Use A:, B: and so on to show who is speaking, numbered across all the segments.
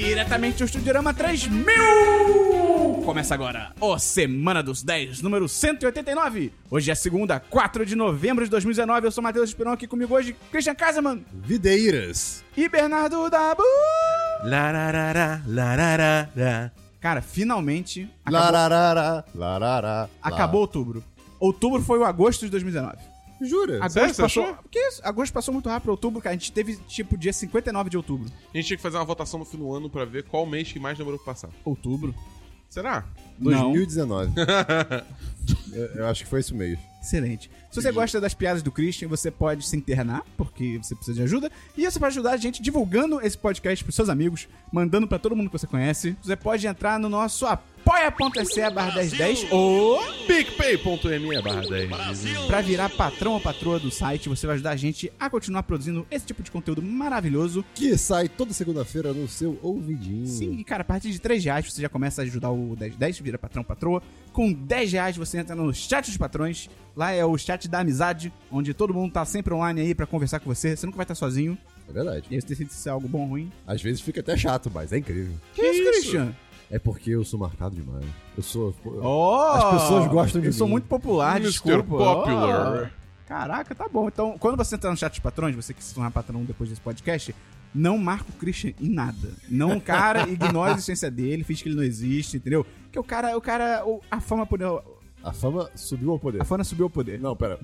A: diretamente do Estudiorama 3000! Começa agora o Semana dos 10, número 189. Hoje é segunda, 4 de novembro de 2019. Eu sou Matheus Esperon, aqui comigo hoje, Christian Casaman
B: Videiras.
A: e Bernardo Dabu.
C: Lararara, lararara.
A: Cara, finalmente acabou,
B: Lararara, larará. lá.
A: acabou outubro. Outubro foi o agosto de 2019.
B: Jura?
A: Agosto
D: Sério, você
A: passou.
D: achou?
A: Porque isso, agosto passou muito rápido outubro, cara. A gente teve tipo dia 59 de outubro.
D: A gente tinha que fazer uma votação no fim do ano pra ver qual mês que mais demorou pra passar.
A: Outubro?
D: Será?
A: Não.
B: 2019. eu, eu acho que foi isso mesmo.
A: Excelente. Se você gosta das piadas do Christian, você pode se internar, porque você precisa de ajuda. E você pode ajudar a gente divulgando esse podcast pros seus amigos, mandando pra todo mundo que você conhece. Você pode entrar no nosso apoia.se barra 1010 ou
D: PicPay.me barra 10.
A: pra virar patrão ou patroa do site. Você vai ajudar a gente a continuar produzindo esse tipo de conteúdo maravilhoso.
B: Que sai toda segunda-feira no seu ouvidinho.
A: Sim, e cara, a partir de 3 reais você já começa a ajudar o 1010, vira patrão, patroa. Com 10 reais você entra no chat dos patrões. Lá é o chat da amizade, onde todo mundo tá sempre online aí pra conversar com você. Você nunca vai estar sozinho.
B: É verdade.
A: E aí você decide se é algo bom ou ruim.
B: Às vezes fica até chato, mas é incrível.
A: Que, isso, Christian?
B: É porque eu sou marcado demais. Eu sou.
A: Oh,
B: As pessoas gostam de
A: Eu sou
B: mim.
A: muito popular,
D: Mr.
A: desculpa.
D: Popular.
A: Oh, Caraca, tá bom. Então, quando você entrar no chat dos patrões, você que se tornar patrão depois desse podcast, não marca o Christian em nada. Não, cara, ignora a existência dele, finge que ele não existe, entendeu? Porque o cara, o cara, o- a fama poder,
B: A fama subiu ao poder.
A: a fama subiu ao poder.
B: Não, pera.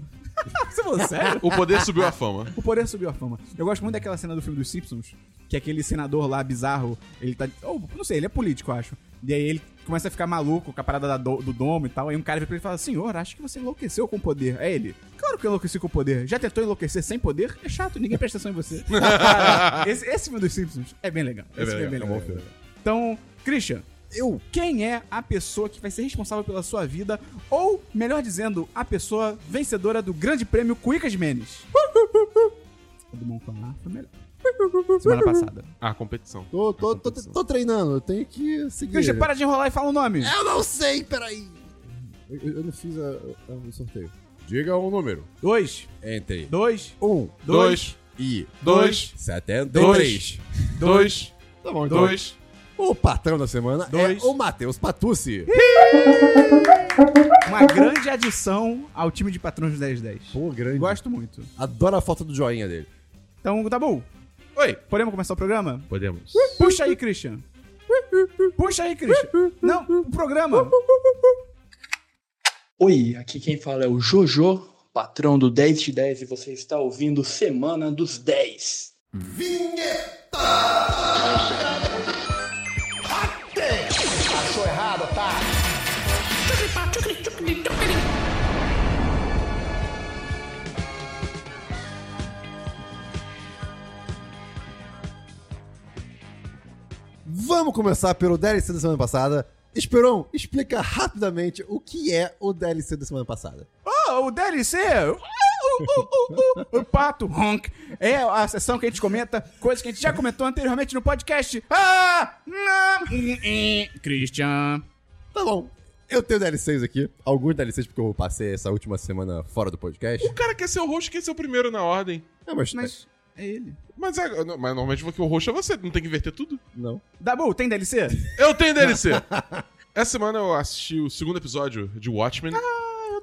A: Você falou sério?
D: O poder subiu a fama.
A: O poder subiu a fama. Eu gosto muito daquela cena do filme dos Simpsons, que aquele senador lá bizarro, ele tá. Ou, não sei, ele é político, eu acho. E aí ele começa a ficar maluco com a parada da do, do domo e tal. Aí um cara vem pra ele e fala: Senhor, acho que você enlouqueceu com o poder. É ele. Claro que eu enlouqueci com o poder. Já tentou enlouquecer sem poder? É chato, ninguém presta atenção em você. esse, esse filme dos Simpsons é bem legal.
D: É
A: Esse
D: bem
A: filme
D: legal, é bom
A: Então, Christian. Eu, quem é a pessoa que vai ser responsável pela sua vida, ou, melhor dizendo, a pessoa vencedora do Grande Prêmio Cuicas Menes? Todo mundo falar, foi melhor. Semana passada.
D: A competição.
B: Tô, tô, tô, tô, tô treinando, eu tenho que seguir.
A: Christian, para de enrolar e fala o nome.
B: Eu não sei, peraí. Eu, eu- eu não fiz a- a- o sorteio. Diga um número.
A: Dois,
B: Entre
A: dois,
B: um
A: dois,
D: Dois,
B: e
D: dois,
B: 73.
D: dois,
B: Tá bom, então.
D: dois.
B: O patrão da semana
A: Dois.
B: é o Matheus Patucci.
A: uma grande adição ao time de patrões do 1010.
B: Pô, grande.
A: Gosto muito.
B: Adoro a foto do joinha dele.
A: Então, tá bom.
D: Oi.
A: Podemos começar o programa?
D: Podemos.
A: Puxa aí, Christian. Puxa aí, Christian. Não, o programa.
E: Oi, aqui quem fala é o Jojo, patrão do 10 de 10 e você está ouvindo Semana dos 10.
B: Vamos começar pelo DLC da semana passada. Esperon, explica rapidamente o que é o DLC da semana passada.
A: Oh, o DLC! Uh, uh, uh, uh, uh, O pato honk é a sessão que a gente comenta coisas que a gente já comentou anteriormente no podcast. Ah! Não! Hum, hum. Christian.
B: Tá bom. Eu tenho DLCs aqui, alguns DLCs porque eu passei essa última semana fora do podcast.
D: O cara quer ser o host, quer ser o primeiro na ordem.
B: É, mas,
A: Mas é ele.
D: Mas, é, não, mas normalmente o que o host é você, não tem que inverter tudo.
B: não.
A: Dabu, tem DLC?
D: Eu tenho DLC. Essa semana eu assisti o segundo episódio de Watchmen.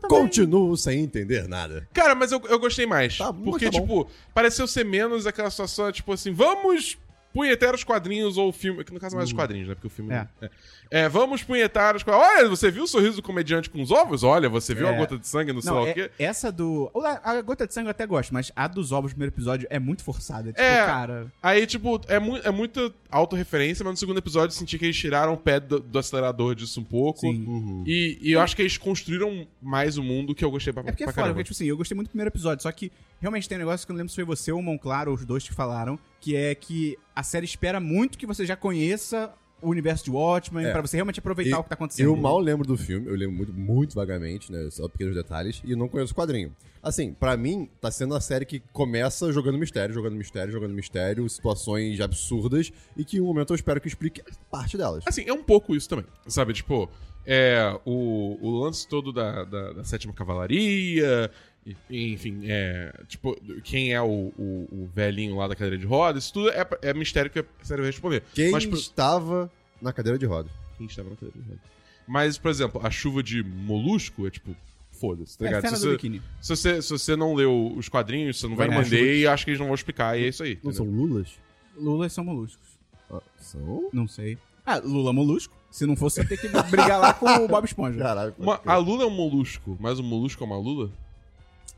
B: Continuo sem entender nada.
D: Cara, mas eu, eu gostei mais.
B: Tá, muito
D: porque,
B: bom.
D: tipo, pareceu ser menos aquela situação, tipo assim, vamos punhetar os quadrinhos ou o filme. Que no caso é mais os quadrinhos, né? Porque o filme.
A: É.
D: É. É, vamos punhetar os quadrinhos. Olha, você viu o sorriso do comediante com os ovos? Olha, você viu
A: É.
D: a gota de sangue, não, sei
A: Não,
D: lá
A: é-
D: o quê.
A: essa do. A, a gota de sangue eu até gosto, mas a dos ovos do primeiro episódio é muito forçada. Tipo,
D: É.
A: cara.
D: Aí, tipo, é, mu é muita autorreferência, mas no segundo episódio eu senti que eles tiraram o pé do, do acelerador disso um pouco.
A: Sim.
D: E, e eu acho que eles construíram mais o mundo que eu gostei pra,
A: É porque é
D: pra
A: foda,
D: caramba.
A: porque, tipo assim, eu gostei muito do primeiro episódio, só que realmente tem um negócio que eu não lembro se foi você ou o Monclar, ou os dois que falaram, que é que a série espera muito que você já conheça o universo de Watchmen,
B: É.
A: pra você realmente aproveitar
B: E
A: o que tá acontecendo.
B: Eu mal lembro do filme, eu lembro muito, muito vagamente, né? Só pequenos detalhes, e não conheço o quadrinho. Assim, pra mim, tá sendo a série que começa jogando mistério, jogando mistério, jogando mistério, situações absurdas, e que em um momento eu espero que explique parte delas.
D: Assim, é um pouco isso também, sabe? Tipo, é, o, o lance todo da, da, da Sétima Cavalaria E- Enfim, é. Tipo, quem é o, o- o velhinho lá da cadeira de rodas, isso tudo é, é mistério que a série vai responder.
B: Quem
D: Mas, por-
B: estava na cadeira de rodas?
D: quem estava na cadeira de rodas? Mas, por exemplo, a chuva de molusco é tipo. Foda-se, tá
A: É a
D: ligado?
A: cena
D: Se
A: do
D: você-
A: biquíni.
D: se você, se você não leu os quadrinhos, você não vai,
A: Vai
D: no
A: na chuva.
D: mandei e acho que eles não vão explicar, e é isso aí.
B: Não
D: entendeu?
B: são lulas?
A: Lulas são moluscos.
B: Ah, são?
A: Não sei. Ah, Lula molusco. Se não fosse, eu ia ter que brigar lá com o Bob Esponja.
B: Caralho. pode
D: Uma-
B: crer.
D: a Lula é um molusco, mas o molusco é uma Lula?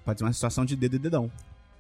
A: Pode ser uma situação de dedo e dedão.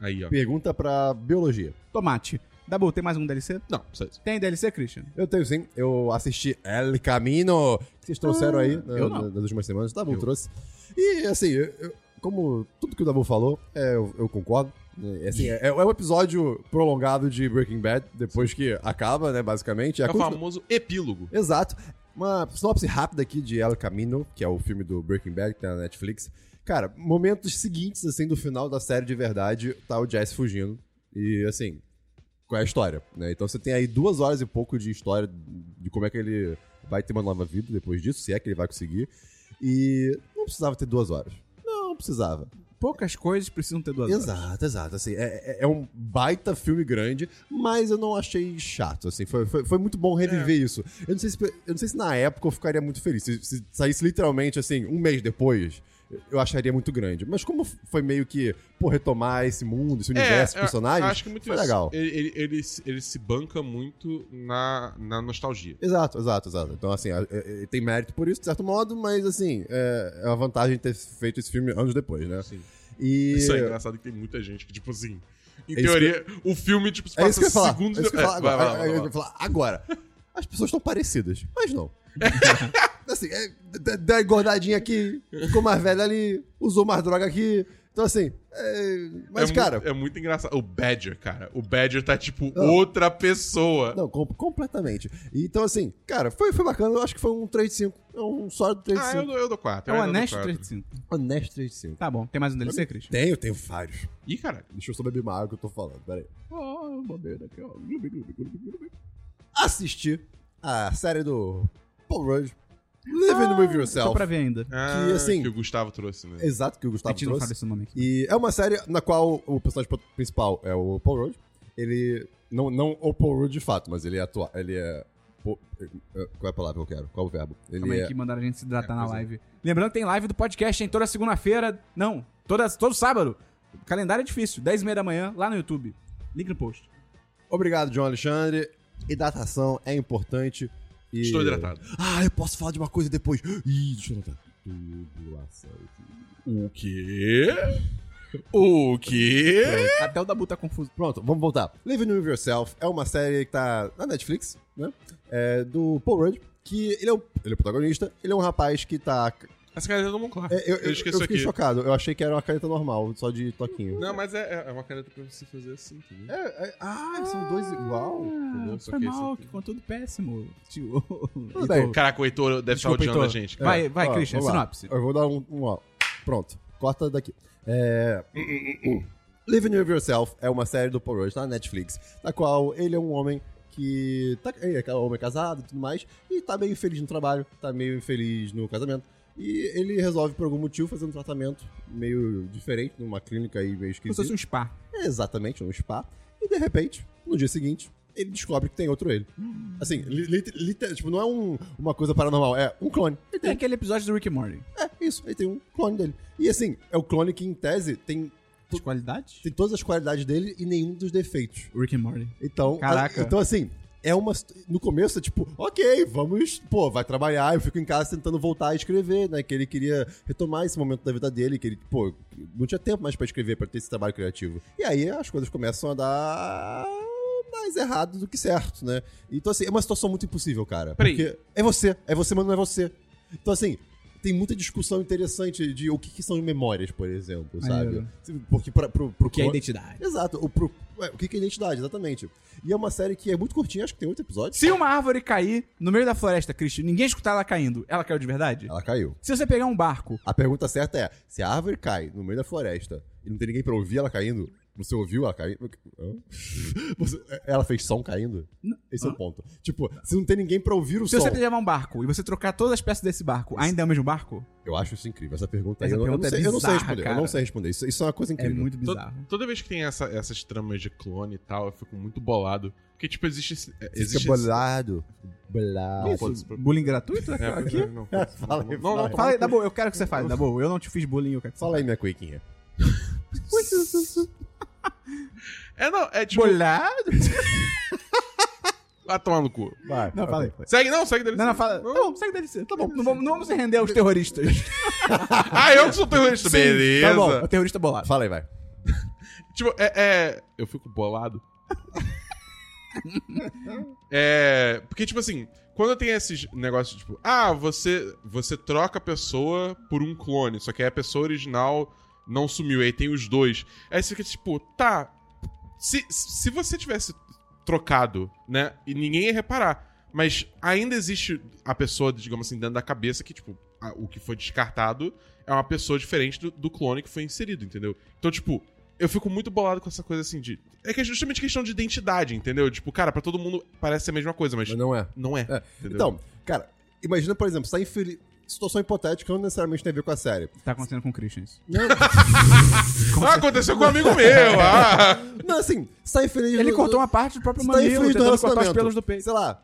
D: Aí, ó.
B: Pergunta pra biologia.
A: Tomate. Dabu, tem mais um DLC?
D: Não, só isso.
A: Tem DLC, Christian?
B: Eu tenho sim, eu assisti El Camino, que vocês trouxeram aí na-
A: Ah, eu
B: na-
A: não.
B: nas últimas semanas. O Dabu trouxe. E assim, eu- eu- como tudo que o Dabu falou, é, eu, eu concordo. né? É, assim, é, é um episódio prolongado de Breaking Bad, depois que acaba, né, basicamente. É
D: É
B: a
D: o
B: continu-
D: famoso epílogo.
B: Exato. Uma sinopse rápida aqui de El Camino, que é o filme do Breaking Bad que tá na Netflix. Cara, momentos seguintes, assim, do final da série de verdade, tá o Jesse fugindo. E, assim, qual é a história, né? Então você tem aí duas horas e pouco de história de como é que ele vai ter uma nova vida depois disso, se é que ele vai conseguir. E não precisava ter duas horas. Não precisava.
A: Poucas coisas precisam ter duas horas.
B: Exato, exato. Assim, é, é- é um baita filme grande, mas eu não achei chato. Assim, foi, foi, foi muito bom reviver
D: É.
B: isso. Eu não, sei se, eu não sei se na época eu ficaria muito feliz. Se, se saísse literalmente assim, um mês depois, eu acharia muito grande. Mas como foi meio que, pô, retomar esse mundo, esse universo,
D: eu-
B: esse personagem.
D: É, Acho que é muito
B: foi
D: isso.
B: legal.
D: Ele, ele, ele se- ele se banca muito na, na nostalgia.
B: Exato, exato, exato. Então, assim, é- é- é- tem mérito por isso, de certo modo, mas, assim, é, é uma vantagem ter feito esse filme anos depois, né?
D: Sim.
B: E...
D: Isso é engraçado que tem muita gente que, tipo assim. Em
B: É isso
D: teoria, o filme, tipo, se
B: É isso
D: passa
B: que eu ia falar.
D: segundos
B: é isso que eu ia falar
D: vai,
B: agora.
D: vai, vai,
B: É, eu
D: vai.
B: ia falar agora. As pessoas estão parecidas, mas não. assim, é, dá- dá uma engordadinha aqui, ficou mais velha ali, usou mais droga aqui. Então, assim, é, mas,
D: é
B: cara,
D: Muito, é muito engraçado. O Badger, cara. O Badger tá, tipo,
B: Não.
D: outra pessoa.
B: não, com- completamente. Então, assim, cara, foi, foi bacana. Eu acho que foi um 3 de 5. É um sólido 3 de
D: Ah,
B: 5.
D: eu dou, eu dou quatro.
A: É o
D: eu ainda dou
A: Anest
D: quatro.
A: 35.
B: Honesto 3 de 5.
A: Tá bom. Tem mais um DLC, Christian?
B: Tenho, tenho vários.
D: Ih, caralho.
B: Deixa eu só beber uma água que eu tô falando, peraí.
A: Oh, bobeira aqui, ó. Glubi, glubi, glubi, glubi.
B: Assisti a série do Paul Rudd, Living With
A: Tô
B: Yourself.
A: pra ver ainda.
D: Ah,
B: Que, assim,
D: Que o Gustavo trouxe, né?
B: Exato, que o
A: A
B: Gustavo
A: gente não
B: trouxe.
A: sabe esse nome aqui.
B: E é uma série na qual o personagem principal é o Paul Rudd. Ele. Não, não o Paul Rudd de fato, mas ele é atua. Ele é. po- Qual é a palavra que eu quero? Qual o verbo?
A: Calma
B: Ele
A: aí
B: é.
A: que mandaram a gente se hidratar na
D: pois é.
A: live. Lembrando que tem live do podcast, hein? Toda segunda-feira. Não, toda, todo sábado. O calendário é difícil. 10 e meia da manhã, lá no YouTube. Link no post.
B: Obrigado, John Alexandre. Hidratação é importante. e-
D: Estou hidratado.
B: Ah, eu posso falar de uma coisa depois. Ih, deixa eu notar. Tubulação.
D: O quê? O quê?
A: Até o Dabu tá confuso.
B: Pronto, vamos voltar. Living With Yourself é uma série que tá na Netflix, né? É, do Paul Rudd, que ele é, um, ele é o protagonista, ele é um rapaz que tá
D: Essa caneta do Monclar.
B: É, eu,
D: Eu esqueci
B: eu fiquei
D: aqui.
B: chocado. Eu achei que era uma caneta normal, só de toquinho.
D: Não, mas é, é uma caneta pra você fazer assim, entendeu?
B: É, é- ah, são dois igual.
A: Ah,
D: Entendeu? Só
A: foi
D: que
A: mal,
D: esse-
A: que conteúdo péssimo. Tio. Então,
B: bem.
D: Caraca, o Heitor deve estar
B: Desculpa,
D: odiando
B: Heitor. É.
D: a gente. cara.
A: Vai, vai,
B: Ó,
A: Christian,
B: vamos lá.
A: sinopse.
B: Eu vou dar um, um ó. Pronto, corta daqui. É... Living With Yourself é uma série do Paul Rudd, tá na Netflix, na qual ele é um homem que tá, ele é um homem casado e tudo mais, e tá meio infeliz no trabalho, tá meio infeliz no casamento. E ele resolve, por algum motivo, fazer um tratamento meio diferente, numa clínica aí meio
A: Como se
B: esquisita.
A: fosse um spa.
B: É exatamente um spa. E de repente, no dia seguinte, ele descobre que tem outro ele. Assim, li- lit- liter- tipo, não é um- uma coisa paranormal, é um clone. Ele
A: Tem
B: tem,
A: aquele episódio do Rick and Morty.
B: é isso, ele tem um clone dele. E assim, é o clone que em tese tem,
A: De qualidade?
B: tem todas as qualidades dele e nenhum dos defeitos.
A: Rick and Morty.
B: Então,
A: Caraca.
B: a- então assim, é uma situ- no começo é tipo, OK, vamos, pô, vai trabalhar, eu fico em casa tentando voltar a escrever, né, que ele queria retomar esse momento da vida dele, que ele, pô, não tinha tempo mais pra escrever, pra ter esse trabalho criativo. E aí as coisas começam a dar mais errado do que certo, né? Então assim, é uma situação muito impossível, cara,
D: Peraí.
B: porque é você, é você, mas não é você. Então assim, tem muita discussão interessante de o que, que são memórias, por exemplo, sabe?
A: Maneiro.
B: Porque pra, pro, pro
A: O que é
B: clone-
A: identidade?
B: Exato. O, pro- é, o que que é identidade, exatamente. E é uma série que é muito curtinha, acho que tem oito episódios.
A: Se uma árvore cair no meio da floresta, Christian, ninguém escutar ela caindo, ela caiu de verdade?
B: Ela caiu.
A: Se você pegar um barco
B: A pergunta certa é: se a árvore cai no meio da floresta e não tem ninguém pra ouvir ela caindo, Você ouviu ela cair? Hã? Você- é, Ela fez som caindo? Esse é o ponto. Tipo, se não tem ninguém pra ouvir o
A: Se
B: som.
A: você levar um barco e você trocar todas as peças desse barco, ainda é o mesmo barco?
B: Eu acho isso incrível. Essa pergunta,
A: Essa
B: eu, não- eu
A: pergunta é
B: não sei, eu não sei
A: bizarra,
B: responder.
A: cara.
B: Eu não sei responder. Isso, isso é uma coisa
A: É
B: incrível.
A: muito
D: To-
A: bizarro.
D: Toda vez que tem essa- essas tramas de clone e tal, eu fico muito bolado. Porque, tipo, existe. esse- é,
B: Isso
D: existe
B: que é bolado. Bolado.
D: Não,
A: Isso,
D: foda-se.
A: bullying gratuito?
D: É,
A: aqui?
D: não, não, não,
B: Fala aí,
D: não,
B: fala
D: não,
B: aí.
A: Fala aí, Dabu, eu quero que você fale, Dabu. Eu não te fiz bullying, eu quero que você
B: Fala aí, minha cuiquinha.
D: É, não, é tipo.
A: fale. Bolado?
D: Vai tomar no cu.
B: Vai.
A: Não, fala aí.
D: Segue, não, segue dele.
A: Não, não, fala. Tá bom, segue DLC. Tá bom, não vamos, não vamos se render aos terroristas.
D: Ah, eu que sou terrorista. Beleza.
A: Tá bom, é o terrorista bolado.
B: Fala aí, vai.
D: Tipo, é, é- Eu fico bolado. é. Porque, tipo assim, quando tem esses negócios, tipo, ah, você, você troca a pessoa por um clone, só que aí a pessoa original não sumiu, aí tem os dois. Aí você fica tipo, tá. Se, se você tivesse trocado, né? E ninguém ia reparar. Mas ainda existe a pessoa, digamos assim, dentro da cabeça que, tipo, a- o que foi descartado é uma pessoa diferente do, do clone que foi inserido, entendeu? Então, tipo, eu fico muito bolado com essa coisa assim de. É que é justamente questão de identidade, entendeu? Tipo, cara, pra todo mundo parece ser a mesma coisa, mas
B: Mas não é.
D: não é.
B: É,
D: entendeu?
B: Então, cara, imagina, por exemplo, sai infeliz. Situação hipotética não necessariamente tem a ver com a série.
A: Tá acontecendo com o Christian isso.
D: ah, aconteceu com um amigo meu! Ah!
B: Não, assim, sai infeliz.
A: Ele
B: no-
A: cortou uma parte do próprio
B: Você tá
A: mamilo,
B: infeliz no
A: tentando cortar os
B: relacionamento.
A: pelos do peito.
B: Sei lá.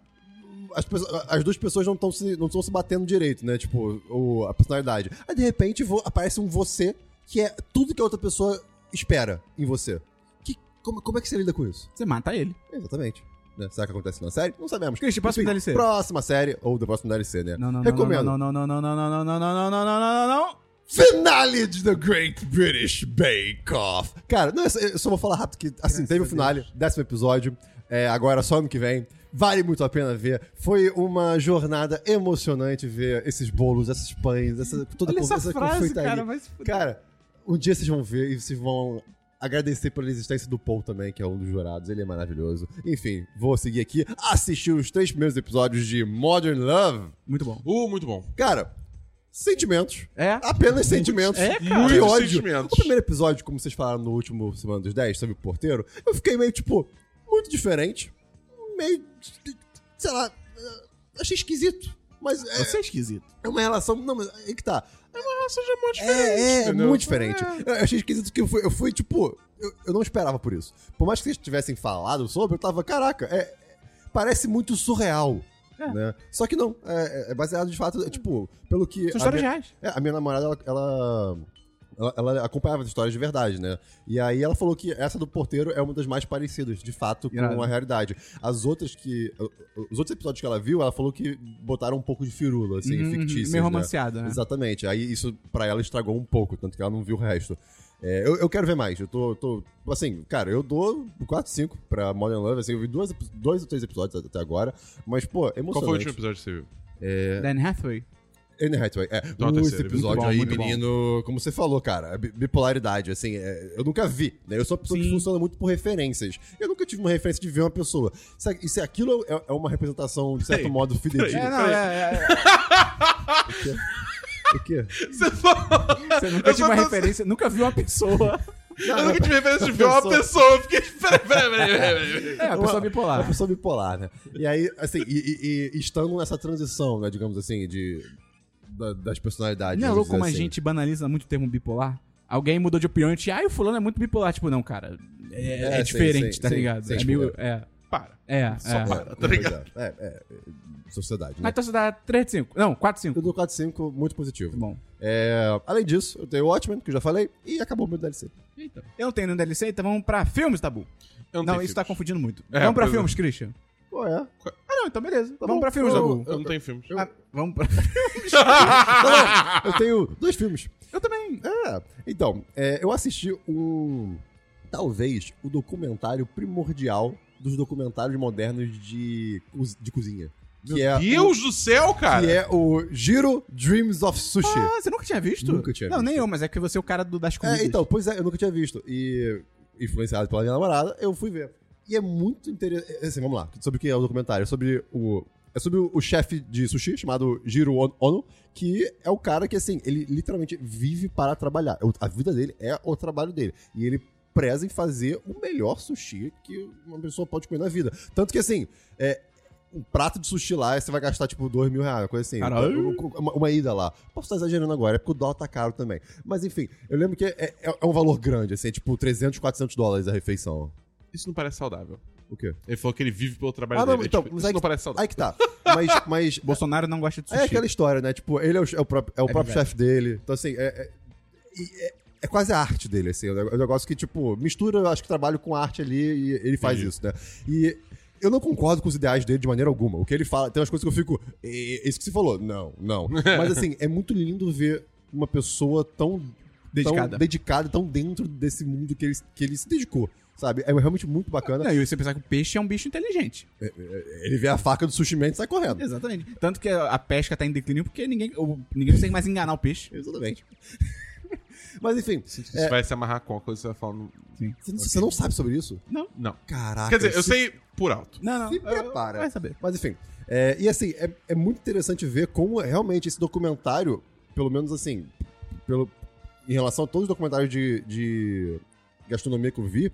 B: As, pessoas- as duas pessoas não estão se, não tão se batendo direito, né? Tipo, o, a personalidade. Aí, de repente, vo- aparece um você que é tudo que a outra pessoa espera em você. Que, como, como é que você lida com isso?
A: Você mata ele.
B: Exatamente. Né? Será que acontece na série? Não sabemos.
A: Christian, próximo
B: Enfim,
A: DLC.
B: Próxima série, ou do próximo DLC, né?
A: Não, não, não.
B: Recomendo.
A: Não, não, não, não, não, não, não, não, não, não, não, não, não, não, não.
B: Finale de The Great British Bake Off. Cara, não, eu eu só vou falar rápido que, assim, teve o finale, décimo episódio, é, agora só ano que vem. Vale muito a pena ver. Foi uma jornada emocionante ver esses bolos, esses pães, essa, toda
A: Olha
B: a
A: essa frase, cara,
B: Cara,
A: vai se fuder.
B: cara, um dia vocês vão ver e vocês vão agradecer pela existência do Paul também, que é um dos jurados. Ele é maravilhoso. Enfim, vou seguir aqui, assistir os três primeiros episódios de Modern Love.
A: Muito bom.
D: Uh, muito bom.
B: Cara, sentimentos.
A: É?
B: Apenas sentimentos.
A: É,
D: cara.
B: Que
D: Muitos
B: ódio.
D: sentimentos.
B: Tipo, O primeiro episódio, como vocês falaram no último Semana dos 10, sobre o porteiro, eu fiquei meio, tipo, muito diferente. Meio, sei lá, eh, achei esquisito. Mas é,
A: Você é esquisito.
B: é uma relação... Não, mas aí que tá.
D: Nossa, já é muito diferente.
B: É, é,
D: entendeu?
B: muito diferente. Eu achei esquisito que eu fui, eu fui tipo, eu, eu não esperava por isso. Por mais que vocês tivessem falado sobre, eu tava, caraca, é- é- parece muito surreal. Né? Só que não, é, é- é baseado de fato, é, tipo, pelo que.
A: São
B: a
A: histórias
B: minha-
A: reais.
B: é, a minha namorada, ela, ela, ela- ela acompanhava as histórias de verdade, né? E aí ela falou que essa do porteiro é uma das mais parecidas, de fato, com
A: Irado.
B: a realidade. As outras que. Os outros episódios que ela viu, ela falou que botaram um pouco de firula, assim,
A: Uhum,
B: fictícias.
A: Meio
B: né?
A: romanceado, né?
B: Exatamente. Aí isso pra ela estragou um pouco, tanto que ela não viu o resto. É, eu, eu quero ver mais. Eu tô, eu tô- Assim, cara, eu dou 4, 5 pra Modern Love. Assim, eu vi duas, dois ou três episódios até agora. Mas, pô, é emocionante.
D: Qual foi o último episódio que você viu?
A: Dan Hathaway.
B: Anne Hathaway, é.
D: Então, a
B: Uh, esse
D: terceira.
B: episódio
A: Muito bom,
B: aí,
A: muito
B: menino, como você falou, cara, é bi- bipolaridade, assim, é, eu nunca vi, né? Eu sou uma pessoa
A: Sim.
B: que funciona muito por referências. Eu nunca tive uma referência de ver uma pessoa. Se, a- e se aquilo é, é uma representação, de certo
D: Peraí,
B: modo, fidedigna...
A: não, é, é.
B: O quê?
D: Você falou.
A: Você nunca
D: Eu
A: tive uma
D: só tô-
A: referência, nunca viu uma pessoa.
B: é
D: Eu nunca tive referência de ver é uma pessoa. Eu fiquei. Peraí, peraí, peraí, peraí. peraí.
A: É, uma pessoa bipolar.
B: Uma pessoa bipolar, né? E aí, assim, e, e- e estando nessa transição, né, digamos assim, de... da- das personalidades.
A: Não é
B: vamos
A: louco
B: dizer
A: como a
B: assim.
A: gente banaliza muito o termo bipolar? Alguém mudou de opinião e a gente, ah, o fulano é muito bipolar. Tipo, não, cara, é,
B: É,
A: é
B: sim,
A: diferente,
B: sim,
A: tá
B: sim,
A: ligado?
B: sim,
A: é
B: tipo,
A: meio. É,
D: Para.
A: é. é.
B: É,
D: tá ligado?
B: É, é, é, sociedade,
A: Mas
B: né?
A: então você dá 3 de 5. Não, 4 de 5.
B: Eu dou 4, 5, muito positivo.
A: Bom.
B: É, além disso, eu tenho o Watchmen, que eu já falei, e acabou o meu DLC.
A: Eu não tenho nenhum DLC, então vamos pra filmes, Tabu.
D: Eu
A: Não,
D: tenho
A: isso
D: filmes.
A: tá confundindo muito.
D: É,
A: vamos pra
D: pois é.
A: filmes, Christian.
B: Pô, é.
A: Ah, não, então beleza. vamos
B: bom.
A: pra filmes,
B: Eu-
A: Tabu.
D: Eu não tenho filmes.
A: Ah, vamos pra...
B: Eu tenho dois filmes.
A: Eu também.
B: É. Então, é, eu assisti um. Talvez o documentário primordial dos documentários modernos de, coz- de cozinha. Que é, o,
D: Deus do céu, cara!
B: que é o Giro Dreams of Sushi.
A: Ah, você nunca tinha visto?
B: Nunca tinha
A: Não,
B: visto.
A: nem eu, mas é que você é o cara do, das comidas.
B: É, então, pois é, eu nunca tinha visto. E, influenciado pela minha namorada, eu fui ver. E é muito interessante. Assim, vamos lá. Sobre o que é o documentário? É Sobre o. É sobre o o chefe de sushi chamado Jiro On- Ono, que é o cara que, assim, ele literalmente vive para trabalhar. O- A vida dele é o trabalho dele. E ele preza em fazer o melhor sushi que uma pessoa pode comer na vida. Tanto que, assim, é, um prato de sushi lá, você vai gastar, tipo, dois mil reais, coisa assim.
A: Caralho.
B: Uma, uma ida lá. Posso estar exagerando agora, é porque o dólar tá caro também. Mas, enfim, eu lembro que é, é- é um valor grande, assim, é tipo 300, 400 dólares a refeição.
D: Isso não parece saudável.
B: O quê?
D: Ele falou que ele vive pelo trabalho
B: Ah, não,
D: dele. É,
B: então,
D: tipo,
B: mas
D: isso
B: aí
D: não
B: que-
D: parece saudável.
B: Aí que tá. Mas, mas
A: Bolsonaro não gosta de sushi.
B: É aquela história, né? Tipo, ele é o, é o próprio, é o
A: É
B: próprio
A: verdade.
B: chefe dele. Então, assim, é, é, e é- é quase a arte dele, assim. É um neg- é um negócio que, tipo, mistura, eu acho que trabalho com arte ali e ele faz
D: Entendi.
B: isso, né? E eu não concordo com os ideais dele de maneira alguma. O que ele fala, tem umas coisas que eu fico. "E- Isso que você falou, não, não. Mas, assim, é muito lindo ver uma pessoa tão.
A: Dedicada.
B: Tão dedicada, tão dentro desse mundo que ele, que ele se dedicou, sabe? É realmente muito bacana.
A: Não, e você pensar que o peixe é um bicho inteligente.
B: Ele vê a faca do sushi man e sai correndo.
A: Exatamente. Tanto que a a pesca tá em declínio porque ninguém, o- ninguém consegue mais enganar o peixe.
B: Exatamente. Mas, enfim.
D: Isso vai se amarrar com a coisa que você vai falando.
B: Você não, você não sabe sobre isso?
D: Não.
B: Caraca.
D: Quer dizer, eu
B: se-
D: sei por alto.
A: Não, não.
B: Se
A: eu- eu-
B: prepara.
A: Vai saber.
B: Mas enfim. é, e assim, é, é muito interessante ver como realmente esse documentário, pelo menos assim, pelo, em relação a todos os documentários de, de gastronomia que eu vi,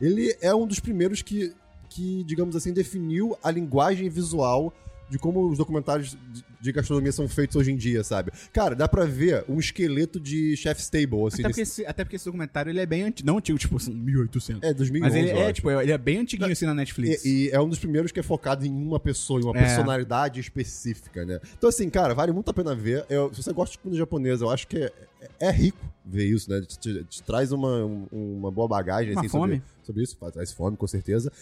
B: ele é um dos primeiros que, que, digamos assim, definiu a linguagem visual de como os documentários de, de gastronomia são feitos hoje em dia, sabe? Cara, dá pra ver um esqueleto de chef's table, assim.
A: Até porque,
B: desse-
A: esse, até porque esse documentário ele é bem antigo. Não antigo, tipo assim, 1800.
B: É, 2011,
A: Mas ele
B: eu
A: é,
B: acho.
A: tipo, ele é bem antiguinho assim na Netflix.
B: E, e é um dos primeiros que é focado em uma pessoa, em uma
A: É.
B: personalidade específica, né? Então, assim, cara, vale muito a pena ver. Eu- se você gosta de comida japonesa, eu acho que é, é rico ver isso, né? Te, te- te traz uma, um- uma boa bagagem
A: Uma
B: assim,
A: fome.
B: Sobre, sobre isso. Faz- Traz fome, com certeza.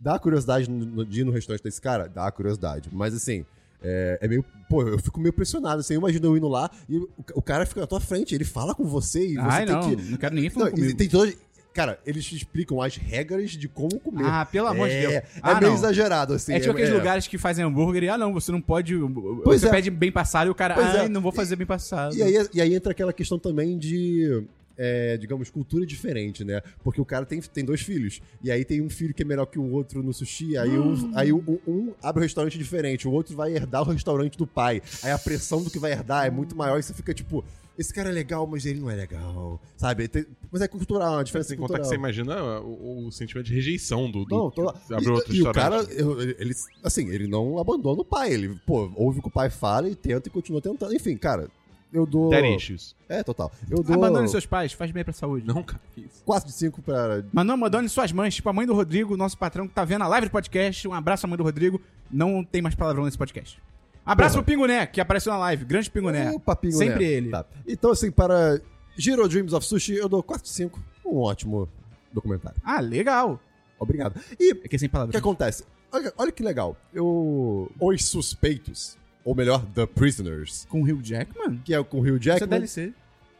B: Dá curiosidade no, no- de ir no restaurante desse cara? Dá curiosidade. Mas, assim. É, é meio. Pô, eu fico meio pressionado, assim. Imagina eu indo lá e o, o cara fica na tua frente, ele fala com você e você
A: Ai,
B: tem
A: não.
B: que.
A: Não quero ninguém
B: Não,
A: falando
B: e
A: comigo.
B: tem todas. Cara, eles te explicam as regras de como comer.
A: Ah, pelo amor de
B: É,
A: Deus.
B: É
A: ah,
B: meio
A: não.
B: exagerado, assim.
A: é tipo aqueles
B: é-
A: lugares que fazem hambúrguer e, ah, não, você não pode.
B: Pois
A: você
B: é.
A: pede bem passado e o cara,
B: Pois
A: ai,
B: é.
A: não vou fazer bem passado.
B: E aí, e aí entra aquela questão também de. é, digamos, cultura diferente, né? Porque o cara tem, tem dois filhos. E aí tem um filho que é melhor que o outro no sushi. Aí, um, aí um, um abre um restaurante diferente, o outro vai herdar o restaurante do pai. Aí a pressão do que vai herdar é muito maior e você fica tipo. Esse cara é legal, mas ele não é legal. Sabe? Tem- mas é cultural, é uma diferença
D: Sem contar
B: cultural.
D: que você imagina o, o sentimento de rejeição do. do
B: Não, tô lá.
D: Abriu outro
B: E, e o
D: restaurante.
B: cara, eu- ele, ele- assim, ele não abandona o pai. Ele, pô, ouve o que o pai fala e tenta e continua tentando. Enfim, cara, eu dou.
D: Daddy issues.
B: É, total. Eu dou
A: Abandone seus pais, faz bem pra saúde.
D: Não, cara, que isso.
B: 4 de 5 pra.
A: Mas não abandone suas mães, tipo a mãe do Rodrigo, nosso patrão que tá vendo a live do podcast. Um abraço à mãe do Rodrigo. Não tem mais palavrão nesse podcast. Abraço pro Pinguné, que apareceu na live. Grande Pinguné.
B: O papinho,
A: Sempre
B: né?
A: ele.
B: Tá. Então, assim, para Giro Dreams of Sushi, eu dou 4 de 5. Um ótimo documentário.
A: Ah, legal.
B: Obrigado. E
A: É que é sem
B: o que
A: palavrão.
B: acontece? Olha, olha que legal. Eu. Os Suspeitos. Ou melhor, The Prisoners.
A: Com o Hugh Jackman?
B: Que é com o Hugh
A: Isso é
B: Jackman.
A: DLC.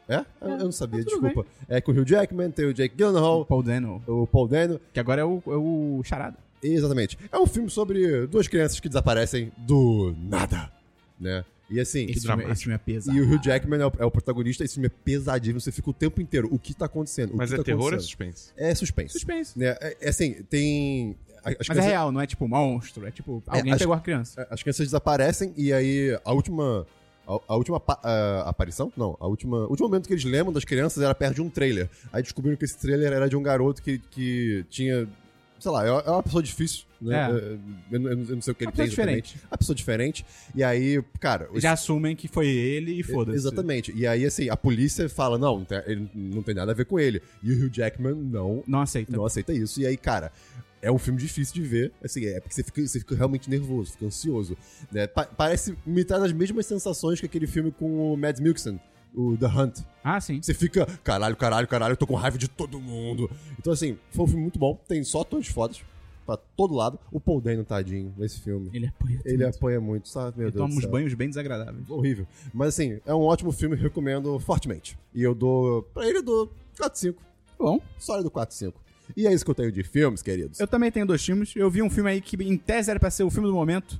B: É? Eu, eu não sabia,
A: tá tudo
B: desculpa. É com o Hugh Jackman, tem o Jake Gyllenhaal,
A: Paul Dano.
B: o Paul Dano.
A: Que agora é o, é o Charada.
B: Exatamente. É um filme sobre duas crianças que desaparecem do nada, né? E assim,
A: Esse filme,
D: dramático.
A: esse filme é pesado.
B: e o Hugh Jackman é o, é o protagonista, esse filme é pesadíssimo, você fica o tempo inteiro, o que tá acontecendo? O
D: Mas
B: que
D: é
B: tá
D: terror ou é
B: acontecendo?
D: suspense?
B: é suspense.
A: Suspense.
B: Né? É, é assim, tem... a- As
A: Mas é real, não é tipo monstro. É tipo, alguém
B: acho-
A: pegou a criança.
B: É, as crianças desaparecem e aí a última... A, a última pa- a- aparição? Não, a última, o último momento que eles lembram das crianças era perto de um trailer. Aí descobriram que esse trailer era de um garoto que, que tinha... Sei lá, é uma- é uma pessoa difícil, né?
A: É.
B: É, Eu, não- eu não sei o que
A: Uma
B: ele
A: pessoa
B: tem exatamente. É
A: diferente.
B: uma pessoa diferente. E aí, cara. os-
A: Já assumem que foi ele e foda-se.
B: Exatamente. E aí, assim, a polícia fala: não, não tem- ele não tem nada a ver com ele. E o Hugh Jackman não,
A: Não aceita.
B: não aceita isso. E aí, cara, é um filme difícil de ver. Assim, é porque você fica, você fica realmente nervoso, fica ansioso. né? Pa- parece me traz as mesmas sensações que aquele filme com o Mads Mikkelsen, o The Hunt.
A: Ah, sim.
B: Você fica, caralho, caralho, caralho, eu tô com raiva de todo mundo. Então, assim, foi um filme muito bom. Tem só atores fodas pra todo lado. O Paul Dano, tadinho, nesse filme.
A: Ele é apoia
B: Ele apanha muito, sabe? Meu
A: Ele
B: Deus
A: toma
B: do
A: uns
B: céu.
A: banhos bem desagradáveis.
B: Horrível. Mas assim, é um ótimo filme, recomendo fortemente. E eu dou. Pra ele eu dou 4-5.
A: Tá Bom,
B: Só do 4-5. E é isso que eu tenho de filmes, queridos.
A: eu também tenho dois filmes. Eu vi um filme aí que em tese era pra ser o filme do momento,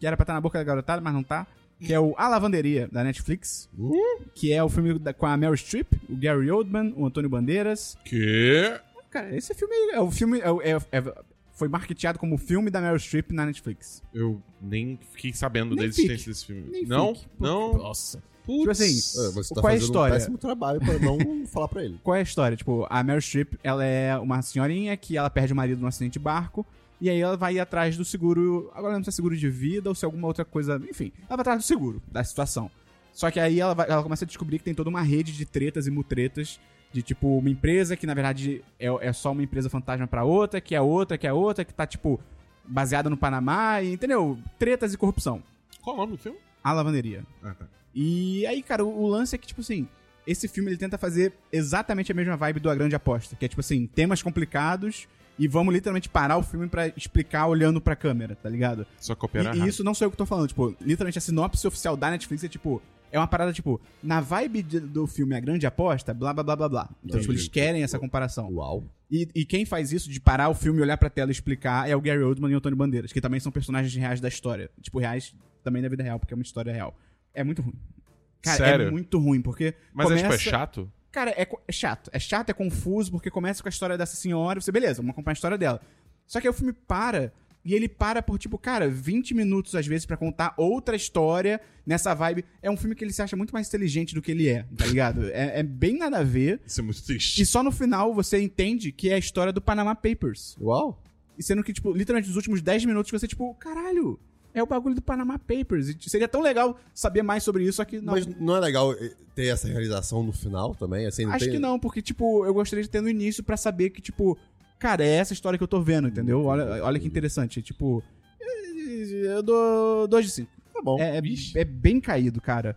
A: que era pra estar na boca da garotada, mas não tá. Que é o A Lavanderia, da Netflix.
B: Hum?
A: Que é o filme da- com a Meryl Streep, o Gary Oldman, o Antônio Bandeiras.
D: Que.
A: Cara, esse filme é o filme. É, o- é- é- foi marketeado como filme da Meryl Streep na Netflix.
D: Eu nem fiquei sabendo da
A: Nem
D: existência
A: fique.
D: desse filme.
A: Nem
D: não?
A: fique. Pô,
D: Não?
A: Nossa.
D: Putz.
A: Tipo assim,
B: É, você tá
A: Então, Qual é a
B: fazendo um
A: história?
B: péssimo trabalho pra não falar pra ele.
A: Qual é a história? Tipo, a Meryl Streep, ela é uma senhorinha que ela perde o marido num acidente de barco. E aí ela vai ir atrás do seguro. Agora eu não sei se é seguro de vida ou se é alguma outra coisa. Enfim, ela vai atrás do seguro, da situação. Só que aí ela, vai- ela começa a descobrir que tem toda uma rede de tretas e mutretas. De tipo, uma empresa que na verdade é, é só uma empresa fantasma pra outra, que é outra, que é outra, que tá tipo baseada no Panamá, e, entendeu? Tretas e corrupção.
D: Qual o nome do filme?
A: A lavanderia.
D: Ah, tá.
A: E aí, cara, o, o lance é que, tipo assim, esse filme ele tenta fazer exatamente a mesma vibe do A Grande Aposta, que é, tipo assim, temas complicados e vamos literalmente parar o filme pra explicar olhando pra câmera, tá ligado?
D: Só
A: E,
D: copiar
A: e isso não sou eu que tô falando, tipo, literalmente a sinopse oficial da Netflix é, tipo, é uma parada, tipo, na vibe de- do filme A Grande Aposta, blá, blá, blá, blá, blá. Então, tipo, eles querem essa comparação.
B: Uau.
A: E, e quem faz isso de parar o filme, olhar pra tela e explicar é o Gary Oldman e o Antônio Bandeiras, que também são personagens reais da história. Tipo, reais também da vida real, porque é uma história real. É muito ruim. Cara, é
D: Sério?
A: muito ruim, porque.
D: Mas é, tipo, é
A: começa-
D: chato?
A: Cara, é, co- é chato. É chato, é confuso, porque começa com a história dessa senhora. Você, beleza, vamos acompanhar a história dela. Só que aí o filme para. E ele para por, tipo, cara, 20 minutos às vezes pra contar outra história nessa vibe. É um filme que ele se acha muito mais inteligente do que ele é, tá ligado? É- é bem nada a ver.
D: Isso é muito triste.
A: E só no final você entende que é a história do Panama Papers.
B: Uau.
A: E sendo que, tipo, literalmente nos últimos 10 minutos você, tipo, caralho, é o bagulho do Panama Papers. E seria tão legal saber mais sobre isso, só que não.
B: Mas não é legal eh, ter essa realização no final também? Assim, não
A: Acho
B: tem-
A: que não, porque, tipo, eu gostaria de ter no início pra saber que, tipo, cara, é essa história que eu tô vendo, entendeu? Olha, olha que interessante. Tipo, Uhum. eu dou 2 de 5.
B: Tá bom.
A: É, é, é bem caído, cara.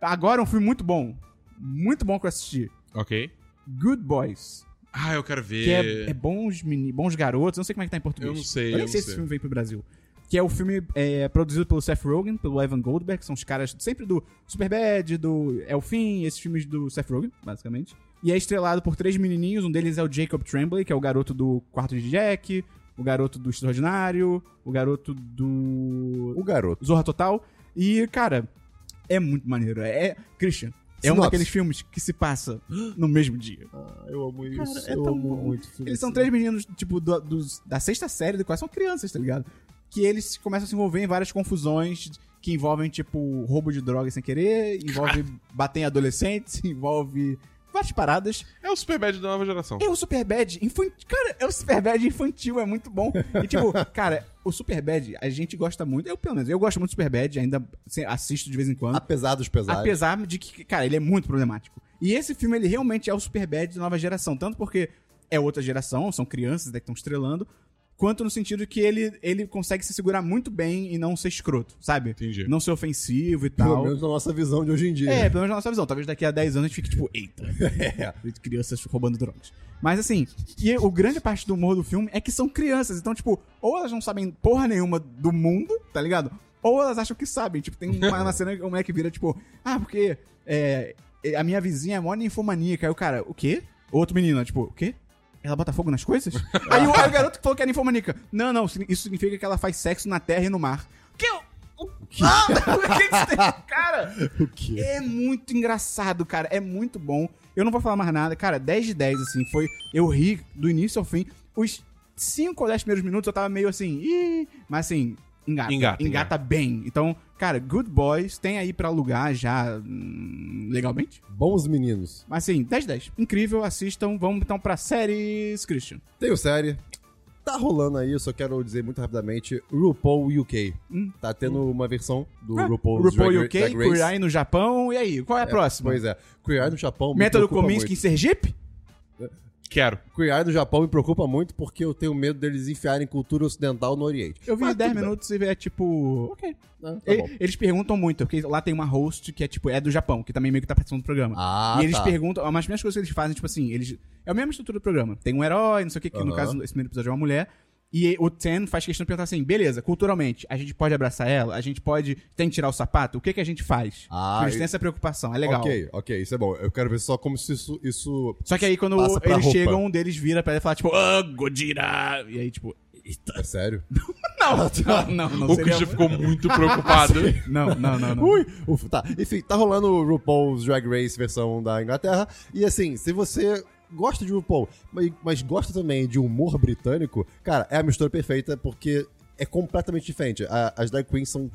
A: Agora é um filme muito bom. Muito bom que eu assisti.
D: Ok.
A: Good Boys.
D: Ah, eu quero ver.
A: Que é, é bons, meni, bons garotos, não sei como é que tá em português.
D: Eu não sei,
A: Eu nem sei
D: eu não
A: se
D: sei.
A: esse filme veio pro Brasil. Que é o filme é, produzido pelo Seth Rogen, pelo Evan Goldberg, que são os caras sempre do Superbad, do É o Fim, esses filmes do Seth Rogen, basicamente. E é estrelado por três menininhos, um deles é o Jacob Tremblay, que é o garoto do Quarto de Jack, o garoto do Extraordinário, o garoto do
B: O garoto.
A: Zorra Total. E, cara, é muito maneiro. É, Christian, é um
B: Sinopse.
A: daqueles filmes que se passa no mesmo dia.
B: Ah, eu amo assim. isso.
A: Cara, é tão bom. Eles são três meninos, tipo, do- dos- da sexta série, do quase são crianças, tá ligado? Que eles começam a se envolver em várias confusões que envolvem, tipo, roubo de drogas sem querer, envolve bater em adolescentes, envolve várias paradas.
D: É o Superbad da nova geração.
A: É o Superbad infantil. Cara, é o Superbad infantil, é muito bom. E, tipo, cara, o Superbad, a gente gosta muito. Eu, pelo menos, eu gosto muito do Superbad, ainda se- assisto de vez em quando.
B: Apesar dos pesares.
A: Apesar de que, cara, ele é muito problemático. E esse filme, ele realmente é o Superbad de nova geração. Tanto porque é outra geração, são crianças né, que estão estrelando, quanto no sentido que ele, ele consegue se segurar muito bem e não ser escroto, sabe?
D: Entendi.
A: Não ser ofensivo e
B: Pelo
A: tal.
B: menos na nossa visão de hoje em dia.
A: É, pelo menos na nossa visão. Talvez daqui a 10 anos a gente fique tipo, eita, crianças roubando drogas. Mas assim, e o grande parte do humor do filme é que são crianças. Então, tipo, ou elas não sabem porra nenhuma do mundo, tá ligado? Ou elas acham que sabem. Tipo, tem uma, uma cena que o moleque vira, tipo, ah, porque é, a minha vizinha é mó ninfomaníaca. Aí o cara, o quê? Outro menino, tipo, o quê? Ela bota fogo nas coisas? aí, o, aí o garoto que falou que era ninfomaníaca. Não, não, isso significa que ela faz sexo na terra e no mar. Que? O, o que? Ah, o que que você tem? Cara,
B: O quê?
A: é muito engraçado, cara. É muito bom. Eu não vou falar mais nada. Cara, 10 de 10, assim, foi. Eu ri do início ao fim. Os 5 ou 10 primeiros minutos eu tava meio assim. Ih! Mas assim, engata.
D: Engata,
A: Engata bem. Então, cara, Good Boys tem aí pra alugar já. hum, legalmente.
B: Bons meninos.
A: Mas assim, 10 de 10. Incrível, assistam. Vamos então pra séries, Christian.
B: Tem o série. Tá rolando aí, eu só quero dizer muito rapidamente, RuPaul UK.
A: Hum. Ah,
B: Tá tendo uma versão do RuPaul's
A: RuPaul
B: Drag-
A: UK,
B: Drag Race.
A: Kurai no Japão. E aí, qual é a próxima?
B: Pois é. Queer Eye no Japão me
A: Método
B: preocupa
A: Kominsky em
B: muito.
A: Sergipe?
D: Quero.
B: Queer Eye no Japão me preocupa muito porque eu tenho medo deles enfiarem cultura ocidental no Oriente.
A: Eu vi
B: Mas
A: 10
B: tudo bem.
A: minutos e é tipo. Ok.
B: Ah, tá
A: E-
B: bom.
A: Eles perguntam muito, porque lá tem uma host que é tipo, é do Japão, que também meio que tá participando do programa.
B: Ah,
A: e eles
B: tá.
A: perguntam, mas as mesmas coisas que eles fazem, tipo assim, eles. É a mesma estrutura do programa. Tem um herói, não sei o que, que no
B: Aham.
A: caso, esse primeiro episódio é uma mulher. E o Ten faz questão de perguntar assim: beleza, culturalmente, a gente pode abraçar ela? A gente pode. Tem que tirar o sapato? O que que a gente faz?
B: Ah,
A: eles
B: e-
A: têm essa preocupação, é legal.
B: Ok, ok, isso é bom. Eu quero ver só como se isso. isso...
A: Só que aí quando
B: Passa pra
A: eles
B: roupa.
A: chegam, um deles vira pra ela e fala, tipo, ah, Godira! E aí, tipo, eita.
B: É sério?
A: Não, não, não, não.
D: o
A: seria- um-
D: Christian ficou muito preocupado.
A: Não, não, não, não.
B: um Ui! Ufa, tá. Enfim, tá rolando o RuPaul's Drag Race versão da Inglaterra. E assim, se você gosta de RuPaul, mas, mas gosta também de humor britânico, cara, é a mistura perfeita porque é completamente diferente. A- as drag queens são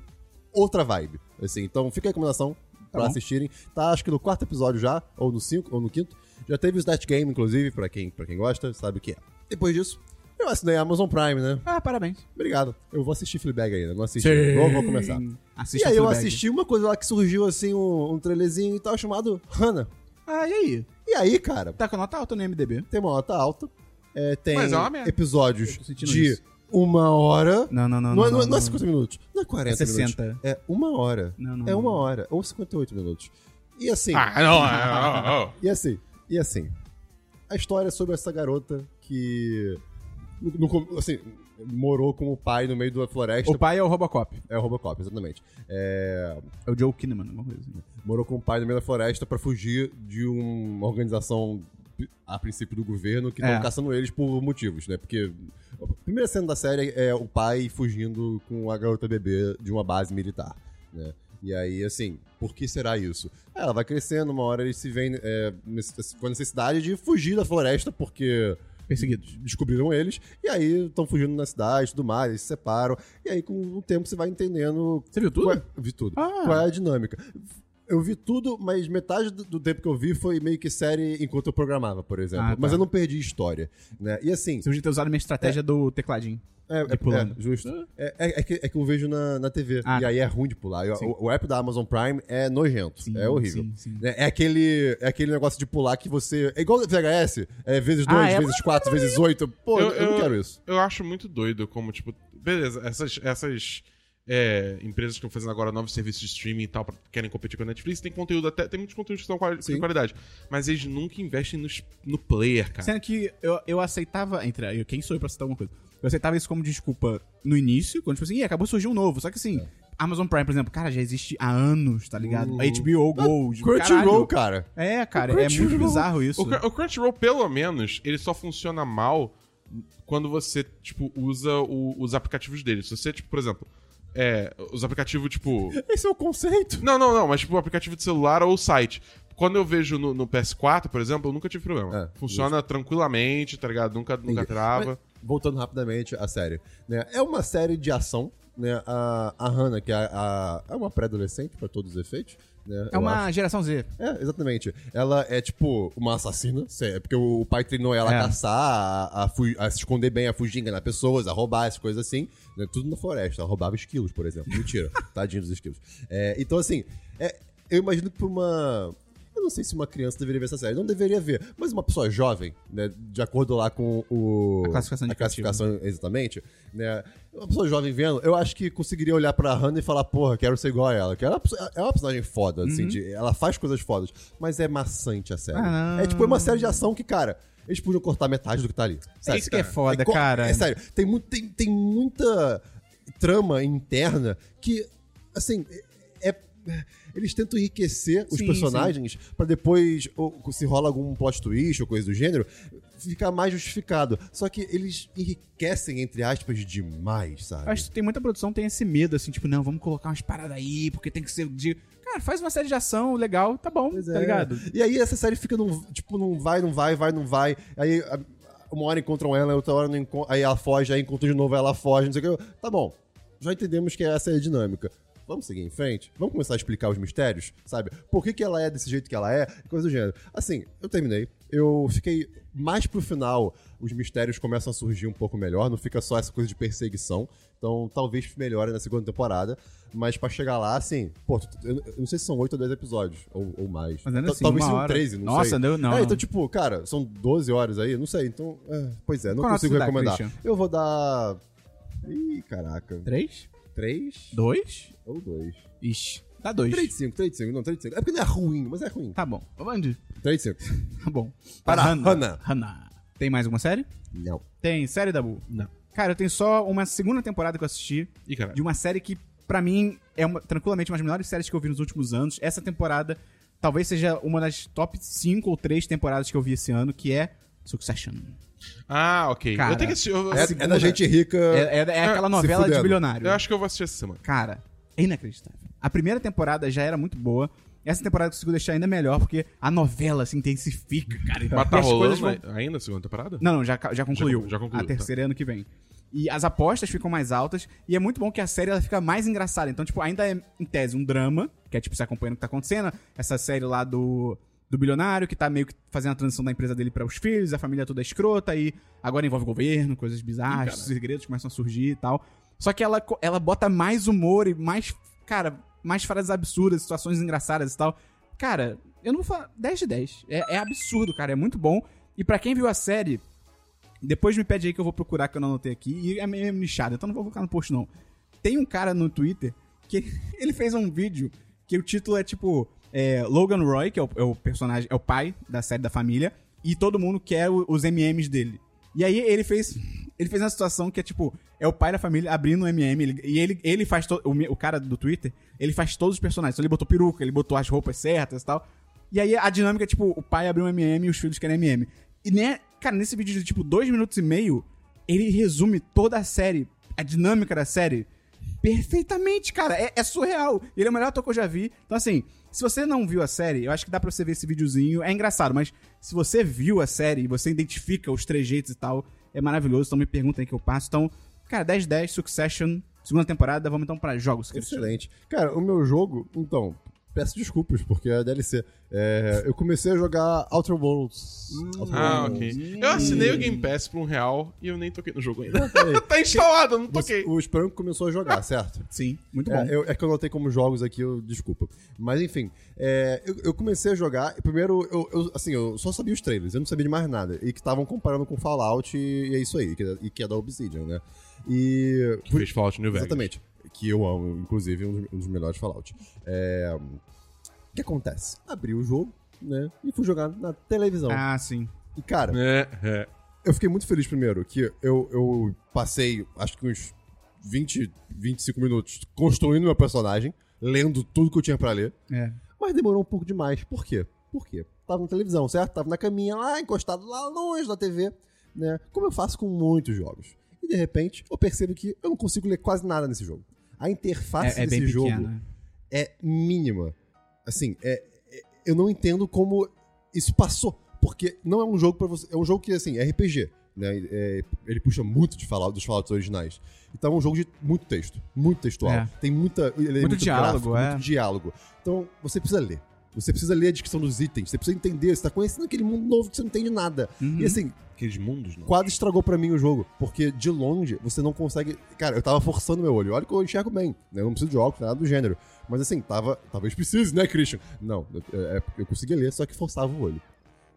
B: outra vibe. Assim, então fica a recomendação pra
A: bom.
B: assistirem. Tá, acho que no quarto episódio já, ou no cinco, ou no quinto. Já teve o Snatch Game, inclusive, pra quem, pra quem gosta, sabe o que é. Depois disso, eu assinei a Amazon Prime, né?
A: Ah, parabéns.
B: Obrigado. Eu vou assistir Fleabag ainda, não assisti. Vou, vou começar.
A: Assista
B: e aí eu
A: um Fleabag.
B: assisti uma coisa lá que surgiu, assim, um, um trailerzinho e tal, chamado Hannah.
A: Ah, e aí?
B: E aí, cara,
A: Tá com nota alta no MDB?
B: tem uma nota alta, é, tem
D: Mas é uma merda.
B: episódios
A: Eu tô sentindo
B: de
A: isso.
B: uma hora...
A: Não, não, não.
B: Não, é- não é- não é 50 minutos, não é 40
A: É 60.
B: minutos. É uma hora.
A: Não, não,
B: é uma
A: não.
B: hora, ou 58 minutos. E assim...
D: Ah, não, ah, não, não.
B: E assim, e assim. A história é sobre essa garota que. no- no com- assim, morou com o pai no meio da floresta.
A: O pai é o Robocop.
B: É o Robocop, exatamente. É,
A: É o Joe Kinnaman, alguma coisa assim.
B: morou com o pai no meio da floresta pra fugir de uma organização, a princípio do governo, que estão
A: É.
B: caçando eles por motivos, né? Porque a primeira cena da série é o pai fugindo com a garota bebê de uma base militar, né? E aí, assim, por que será isso? Ah, Ela vai crescendo, uma hora eles se veem é, nece- com a necessidade de fugir da floresta, porque
A: Perseguidos.
B: descobriram eles, e aí estão fugindo na cidade e tudo mais, eles se separam, e aí com o tempo você vai entendendo
A: Você viu tudo?
B: qual é- vi tudo.
A: Ah.
B: Qual é a dinâmica? Eu vi tudo, mas metade do- do tempo que eu vi foi meio que série enquanto eu programava, por exemplo.
A: Ah, tá.
B: Mas eu não perdi história, né? E assim...
A: Você podia ter usado a minha estratégia do tecladinho.
B: É,
A: de
B: é-
A: pulando.
B: é, justo. É, é- é que, é que eu vejo na, na TV.
A: Ah,
B: e aí é ruim de pular. Eu-
A: Sim.
B: O, o app da Amazon Prime é nojento.
A: Sim,
B: é horrível.
A: sim, sim.
B: É, é aquele, é aquele negócio de pular que você... É igual VHS. É vezes
A: Ah,
B: dois,
A: é?
B: vezes quatro, vezes oito. Pô, eu,
D: Eu-
B: não
D: eu-
B: quero isso.
D: Eu acho muito doido como, tipo, beleza, essas, essas é, empresas que estão fazendo agora novos serviços de streaming e tal, pra, querem competir com a Netflix, tem conteúdo até. Tem muitos conteúdos que são quali-
B: Sim.
D: de qualidade. Mas eles nunca investem nos- no player, cara.
A: Sendo que eu, eu aceitava. Entre, eu, quem sou eu pra aceitar alguma coisa? Eu aceitava isso como desculpa no início, quando tipo assim, "Ih, acabou de surgir um novo. Só que assim,
B: É.
A: Amazon Prime, por exemplo, cara, já existe há anos, tá ligado? HBO Gold.
B: Uhum. Crunchyroll, cara.
A: É, cara, é muito bizarro isso.
D: O, Cr- o Crunchyroll, pelo menos, ele só funciona mal quando você, tipo, usa o- os aplicativos dele. Se você, tipo, por exemplo, é, os aplicativos, tipo.
B: Esse é o conceito.
D: Não, não, não, mas tipo o aplicativo de celular ou o site. Quando eu vejo no, no PS4, por exemplo, eu nunca tive problema.
B: É,
D: Funciona tranquilamente, tá ligado? Nunca, nunca trava.
B: Voltando rapidamente à série. né? É uma série de ação. Né? A, a Hannah, que é, a- é uma pré-adolescente, pra todos os efeitos. Né?
A: É
B: Eu
A: uma
B: acho.
A: geração Z.
B: É, exatamente. Ela é tipo uma assassina, sé- é porque o pai treinou ela
A: É.
B: a caçar, a, a fu- a se esconder bem, a fugir, enganar pessoas, a roubar, essas coisas assim. né? Tudo na floresta. Ela roubava esquilos, por exemplo. Mentira. Tadinho dos esquilos. É, então, assim, é, eu imagino que pra uma. Eu não sei se uma criança deveria ver essa série. Não deveria ver, mas uma pessoa jovem, né? De acordo lá com o.
A: A classificação
B: A
A: indicativa.
B: classificação, exatamente. Né? Uma pessoa jovem vendo, eu acho que conseguiria olhar pra Hannah e falar, porra, quero ser igual a ela. Que ela é uma perso- é uma personagem foda,
A: Uhum.
B: assim, de- ela faz coisas fodas, mas é maçante a série.
A: Ah, não.
B: é tipo uma série de ação que, cara, eles podiam cortar metade do que tá ali. Sério.
A: isso que é foda,
B: co-
A: cara.
B: É sério, tem, muito, tem, tem muita trama interna que, assim, é. Eles tentam enriquecer os
A: Sim,
B: personagens pra depois, ou, se rola algum plot twist ou coisa do gênero, ficar mais justificado. Só que eles enriquecem, entre aspas, demais, sabe?
A: Eu acho que tem muita produção tem esse medo, assim, tipo, não, vamos colocar umas paradas aí, porque tem que ser de. Cara, faz uma série de ação legal, tá bom,
B: Pois
A: tá
B: é.
A: ligado?
B: E aí essa série fica num, tipo, não vai, não vai, vai, não vai. Aí a- uma hora encontram ela, outra hora não encontram, aí ela foge, aí encontram de novo, ela foge, não sei o que. Tá bom, já entendemos que essa é a dinâmica. Vamos seguir em frente? Vamos começar a explicar os mistérios, sabe? Por que, que ela é desse jeito que ela é? Coisa do gênero. Assim, eu terminei. Eu fiquei mais pro final. Os mistérios começam a surgir um pouco melhor. Não fica só essa coisa de perseguição. Então, talvez melhore na segunda temporada. Mas pra chegar lá, assim... Pô, tu- eu eu não sei se são oito ou dez episódios. Ou, ou mais.
A: Mas ainda
B: Tal-
A: assim,
B: Então, Talvez
A: uma
B: sejam
A: hora.
B: 13, não
A: Nossa,
B: sei.
A: não, não,
B: É,
A: não.
B: então, tipo, cara, são 12 horas aí, não sei. Então, é, pois é, não
A: Qual nota
B: consigo
A: você dá,
B: recomendar.
A: Christian?
B: Eu vou dar. Ih, caraca.
A: Três?
B: 3
A: Dois?
B: ou 2?
A: Ixi, dá dois.
B: 3 de 5, 3 de 5, não, 3 de 5. É porque não é ruim, mas é ruim.
A: Tá bom. Vamos,
B: 3 de 5.
A: tá bom.
B: Para,
A: Hannah.
B: Hannah.
A: Hannah. Tem mais alguma série?
B: Não.
A: Tem série da Bu?
D: Não.
A: Cara, eu tenho só uma segunda temporada que eu assisti
D: Ih, cara.
A: de uma série que, pra mim, é uma- tranquilamente uma das melhores séries que eu vi nos últimos anos. Essa temporada talvez seja uma das top 5 ou 3 temporadas que eu vi esse ano, que é Succession.
D: Ah, ok.
A: Cara,
D: eu tenho que assistir. Eu,
B: É, é da gente rica.
A: É, é- é aquela
B: se
A: novela de
B: fudendo.
A: bilionário.
D: eu acho que eu vou assistir essa semana.
A: Cara, é inacreditável. A primeira temporada já era muito boa. Essa temporada conseguiu deixar ainda melhor, porque a novela se intensifica, cara. E
D: Mas tá
A: as
D: rolando
A: coisas vão-
D: ainda a segunda temporada?
A: Não, não, já, ca- já concluiu.
D: Já concluiu, tá.
A: A terceira é ano que vem. E as apostas ficam mais altas, e é muito bom que a série ela fica mais engraçada. Então, tipo, ainda é, em tese, um drama, que é tipo, você acompanhando o que tá acontecendo. Essa série lá do, do bilionário, que tá meio que fazendo a transição da empresa dele para os filhos, a família toda é escrota, e agora envolve governo, coisas bizarras, segredos começam a surgir e tal. Só que ela, co- ela bota mais humor e mais, cara, mais frases absurdas, situações engraçadas e tal. Cara, eu não vou falar 10 de 10. É, é absurdo, cara, é muito bom. E pra quem viu a série, depois me pede aí que eu vou procurar, que eu não anotei aqui. E é meio nichado, então não vou colocar no post, não. Tem um cara no Twitter que ele fez um vídeo que o título é tipo é, Logan Roy, que é o, é o personagem, é o pai da série da família, e todo mundo quer o- os MMs dele. E aí ele fez. Ele fez uma situação que é tipo, é o pai da família abrindo um MM, ele- e ele, ele faz. to- o, me- o cara do Twitter, ele faz todos os personagens. Então ele botou peruca, ele botou as roupas certas e tal. E aí a dinâmica é, tipo, o pai abriu um MM e os filhos querem MM. E, né, cara, nesse vídeo de, tipo, dois minutos e meio, ele resume toda a série, a dinâmica da série, perfeitamente, cara. É, é surreal. Ele é o melhor ator que eu já vi. Então, assim, se você não viu a série, eu acho que dá pra você ver esse videozinho. É engraçado, mas se você viu a série e você identifica os trejeitos e tal, é maravilhoso. Então me pergunta aí que eu passo. Então, cara, 10-10, Succession, segunda temporada. Vamos então pra jogos, Cristian.
B: Excelente. Cara, o meu jogo, então, peço desculpas, porque é DLC. É, eu comecei a jogar Outer Worlds. Outer
D: Ah,
B: Worlds.
D: ok. Eu assinei o Game Pass por um real e eu nem toquei no jogo ainda.
B: peraí.
D: tá instalado, eu não
B: Você-
D: toquei.
B: O Esperanco começou a jogar, certo?
A: Sim, muito bom.
B: É, eu- é que eu notei como jogos aqui, eu desculpa. Mas enfim, é, eu, eu comecei a jogar. e Primeiro, eu, eu, assim, eu só sabia os trailers, eu não sabia de mais nada. E que estavam comparando com Fallout e, e é isso aí, que, é- e que é da Obsidian, né? E.
D: Que fez Fallout New Vegas.
B: Exatamente. Que eu amo, inclusive, um dos, um dos melhores Fallout. É, o que acontece? Abri o jogo, né? E fui jogar na televisão.
A: Ah, sim.
B: E cara,
D: É, é.
B: eu fiquei muito feliz primeiro, que eu, eu passei acho que uns 20, 25 minutos construindo meu personagem, lendo tudo que eu tinha pra ler,
A: É.
B: mas demorou um pouco demais. Por quê? Por quê? Tava na televisão, certo? Tava na caminha lá, encostado lá longe da TV, né? Como eu faço com muitos jogos. E de repente, eu percebo que eu não consigo ler quase nada nesse jogo. A interface
A: É, é
B: desse
A: bem
B: jogo
A: pequeno.
B: é mínima. Assim, é, é- eu não entendo como isso passou. Porque não é um jogo para você. É um jogo que, assim, é RPG. Né? É, ele puxa muito de falar dos Fallouts originais. Então é um jogo de muito texto, muito textual.
A: É.
B: Tem muita. Ele é muito,
A: diálogo,
B: gráfico,
A: é.
B: muito diálogo. Então você precisa ler. Você precisa ler a descrição dos itens. Você precisa entender. Você tá conhecendo aquele mundo novo que você não entende nada.
A: Uhum.
B: E assim,
D: Aqueles mundos, não.
B: quase estragou pra mim o jogo, porque de longe você não consegue. Cara, eu tava forçando meu olho. Olha que eu enxergo bem, né? Eu não preciso de óculos, nada do gênero. Mas assim, tava. Talvez precise, né, Christian? Não, eu, é- eu conseguia ler, só que forçava o olho.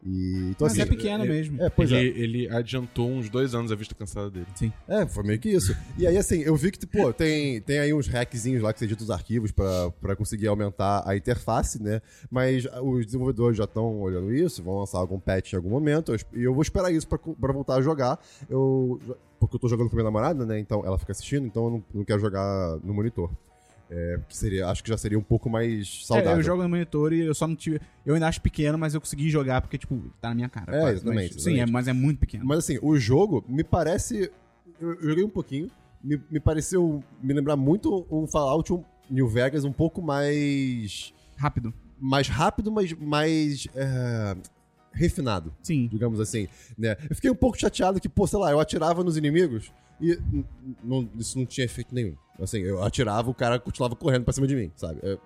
B: E, então,
A: Mas
B: assim,
A: é pequeno mesmo.
B: É, pois é.
D: ele, ele adiantou uns dois anos a vista cansada dele.
B: É, foi meio que isso. E aí, assim, eu vi que, pô, tem, tem aí uns hackzinhos lá que você edita os arquivos pra, pra conseguir aumentar a interface, né? Mas os desenvolvedores já estão olhando isso, vão lançar algum patch em algum momento, eu esp- e eu vou esperar isso pra, co- pra voltar a jogar. Eu, porque eu tô jogando com minha namorada, né? Então ela fica assistindo, então eu não, não quero jogar no monitor. É, que seria, acho que já seria um pouco mais saudável.
A: É, eu jogo no monitor e eu só não tive. Eu ainda acho pequeno, mas eu consegui jogar porque, tipo, tá na minha cara.
B: É,
A: quase,
B: exatamente,
A: mas- Sim,
B: exatamente.
A: é, mas é muito pequeno.
B: Mas assim, o jogo me parece. Eu eu joguei um pouquinho. Me, me pareceu me lembrar muito um Fallout um New Vegas um pouco mais.
A: Rápido.
B: mais rápido, mas mais. é, refinado,
A: Sim.
B: digamos assim. Né? Eu fiquei um pouco chateado que, pô, sei lá, eu atirava nos inimigos e n- não- isso não tinha efeito nenhum. Assim, eu atirava, o cara continuava correndo pra cima de mim, sabe? É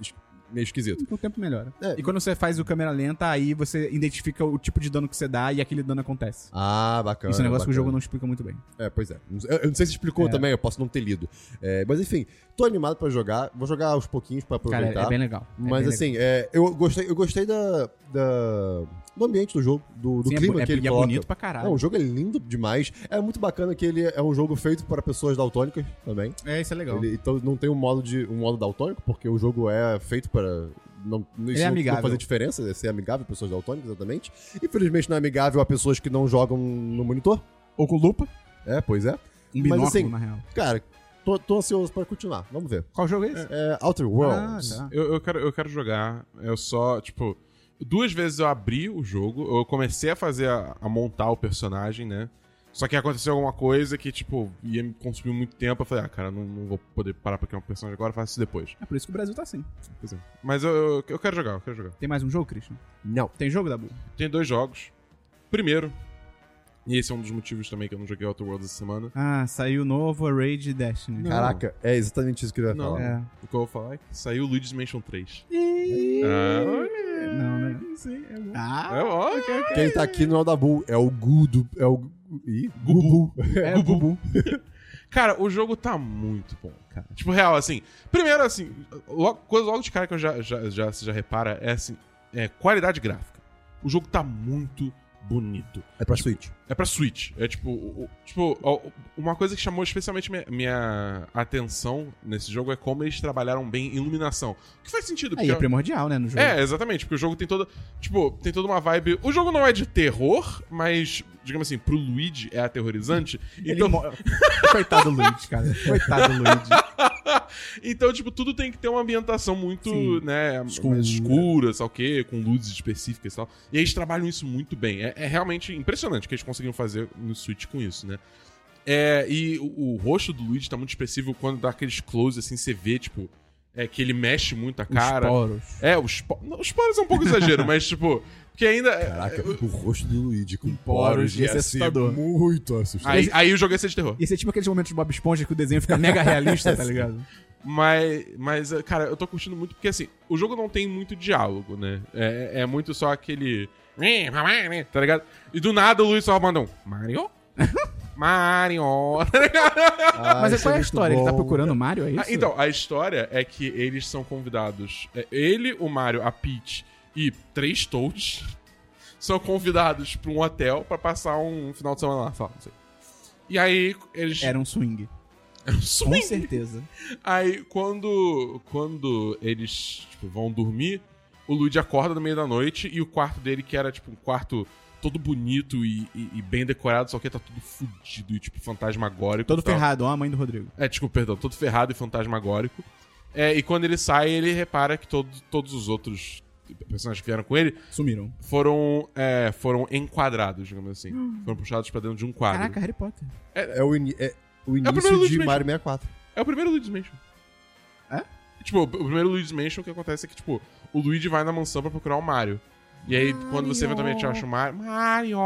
B: es- meio esquisito.
A: Com o tempo melhora.
B: É.
A: E quando você faz o câmera lenta, aí você identifica o tipo de dano que você dá e aquele dano acontece.
B: Ah, bacana.
A: Isso é um negócio que o
B: bacana.
A: jogo não explica muito bem.
B: É, pois é. Eu, eu não sei se explicou
A: É.
B: também, eu posso não ter lido. É, mas enfim, tô animado pra jogar. Vou jogar aos pouquinhos pra
A: Cara,
B: aproveitar.
A: é, é bem legal. É
B: mas
A: bem legal.
B: assim, é, eu gostei, eu gostei da, da- do ambiente do jogo, do, do
A: Sim, é
B: clima
A: bo- é,
B: que ele
A: e é
B: coloca.
A: bonito pra caralho.
B: Não, o jogo é lindo demais. É muito bacana que ele é um jogo feito para pessoas daltônicas também.
A: é, isso é legal.
B: Ele- então não tem um modo de um modo daltônico, porque o jogo é feito para não, isso não- não
A: é amigável.
B: fazer diferença, é ser amigável a pessoas daltônicas, exatamente. Infelizmente não é amigável a pessoas que não jogam no monitor.
A: Ou com lupa,
B: É, pois é.
A: um
B: Mas,
A: binóculo,
B: assim,
A: na real.
B: Cara, tô, tô ansioso pra continuar. Vamos ver.
A: Qual jogo é esse?
B: É Outer Worlds.
A: Ah, tá.
D: Eu, eu quero, eu quero jogar. Eu só, tipo. Duas vezes eu abri o jogo, eu comecei a fazer a, a montar o personagem, né? Só que aconteceu alguma coisa que, tipo, ia me consumir muito tempo. Eu falei, ah, cara, não, não vou poder parar pra criar um personagem agora, faço isso depois.
A: É por isso que o Brasil tá assim.
D: Pois é. Mas eu, eu, eu quero jogar, eu quero jogar.
A: Tem mais um jogo, Christian?
B: Não.
A: Tem jogo, Dabu?
D: Tem dois jogos. Primeiro, e esse é um dos motivos também que eu não joguei Outer Worlds essa semana.
A: Ah, saiu o novo Rage Destiny.
B: Caraca, é exatamente isso que eu ia
D: Não.
B: falar.
A: É.
D: O que eu vou falar é que saiu Luigi's Mansion 3.
B: Ah.
A: Não, né?
D: Sim, é bom.
A: Ah,
D: É bom.
B: Quem tá aqui não é o Dabu, é o Gudo. É o. Ih, Gubu.
A: é o Bubu.
D: Cara, o jogo tá muito bom, cara. Tipo, real, assim. Primeiro, assim, logo, coisa logo de cara que eu já, já, já, você já repara é assim: é qualidade gráfica. O jogo tá muito bonito.
B: É pra Switch.
D: É pra Switch. É tipo. o- o- Tipo, ó, uma coisa que chamou especialmente minha, minha atenção nesse jogo é como eles trabalharam bem iluminação. O que faz sentido,
A: Aí é primordial, né, no jogo.
D: É, exatamente, porque o jogo tem toda. Tipo, tem toda uma vibe. O jogo não é de terror, mas, digamos assim, pro Luigi é aterrorizante.
A: Ele
D: Então,
A: mo- Coitado do Luigi, cara. Coitado do Luigi.
D: então, tipo, tudo tem que ter uma ambientação muito,
A: Sim.
D: né,
B: Escura.
D: escura, escura sei lá o quê, com luzes específicas e tal. E eles trabalham isso muito bem. É, é realmente impressionante o que eles conseguiram fazer no Switch com isso, né? É, e o, o rosto do Luigi tá muito expressivo quando dá aqueles close, assim, você vê, tipo, é que ele mexe muito a cara.
A: Os poros.
D: É, os, po- não, os poros é um pouco exagero, mas, tipo, porque ainda.
B: Caraca, o rosto do Luigi com
A: poros
B: poros
A: ia
B: ia
A: ser
B: ser
A: assustador.
B: muito assustador.
D: Aí, aí o jogo ia ser de terror.
A: Esse é tipo aqueles momentos de Bob Esponja que o desenho fica mega realista, tá ligado?
D: Mas, mas, cara, eu tô curtindo muito porque, assim, o jogo não tem muito diálogo, né? É, é muito só aquele. Tá ligado? E do nada o Luiz só manda um. Mario? Mario!
A: Mas qual é a história? Ele tá procurando o Mario, é isso?
D: Ah, então, a história é que eles são convidados. é, Ele, o Mario, a Peach e três Toads são convidados pra um hotel pra passar um final de semana lá, só, não sei. E aí eles.
A: Era um swing. Com
D: Swing!
A: certeza.
D: Aí, quando, quando eles tipo, vão dormir, o Luigi acorda no meio da noite e o quarto dele, que era tipo um quarto todo bonito e, e- e bem decorado, só que tá tudo fudido e tipo fantasmagórico.
A: Todo
D: e tal.
A: ferrado, ó, a mãe do Rodrigo.
D: É, desculpa, perdão, todo ferrado e fantasmagórico. É, e quando ele sai, ele repara que todo, todos os outros personagens que vieram com ele
A: Sumiram.
D: foram, é, foram enquadrados, digamos assim. Foram puxados pra dentro de um quadro.
A: Caraca, Harry Potter.
B: É o, ini- é o
D: primeiro
B: início
D: Luigi
B: de
D: Mansion.
B: Mario 64.
D: É o primeiro Luigi's Mansion.
A: É?
D: Tipo, o primeiro Luigi's Mansion que acontece é que, tipo, o Luigi vai na mansão pra procurar o Mario. E aí, quando você eventualmente acha o Mario. Mario!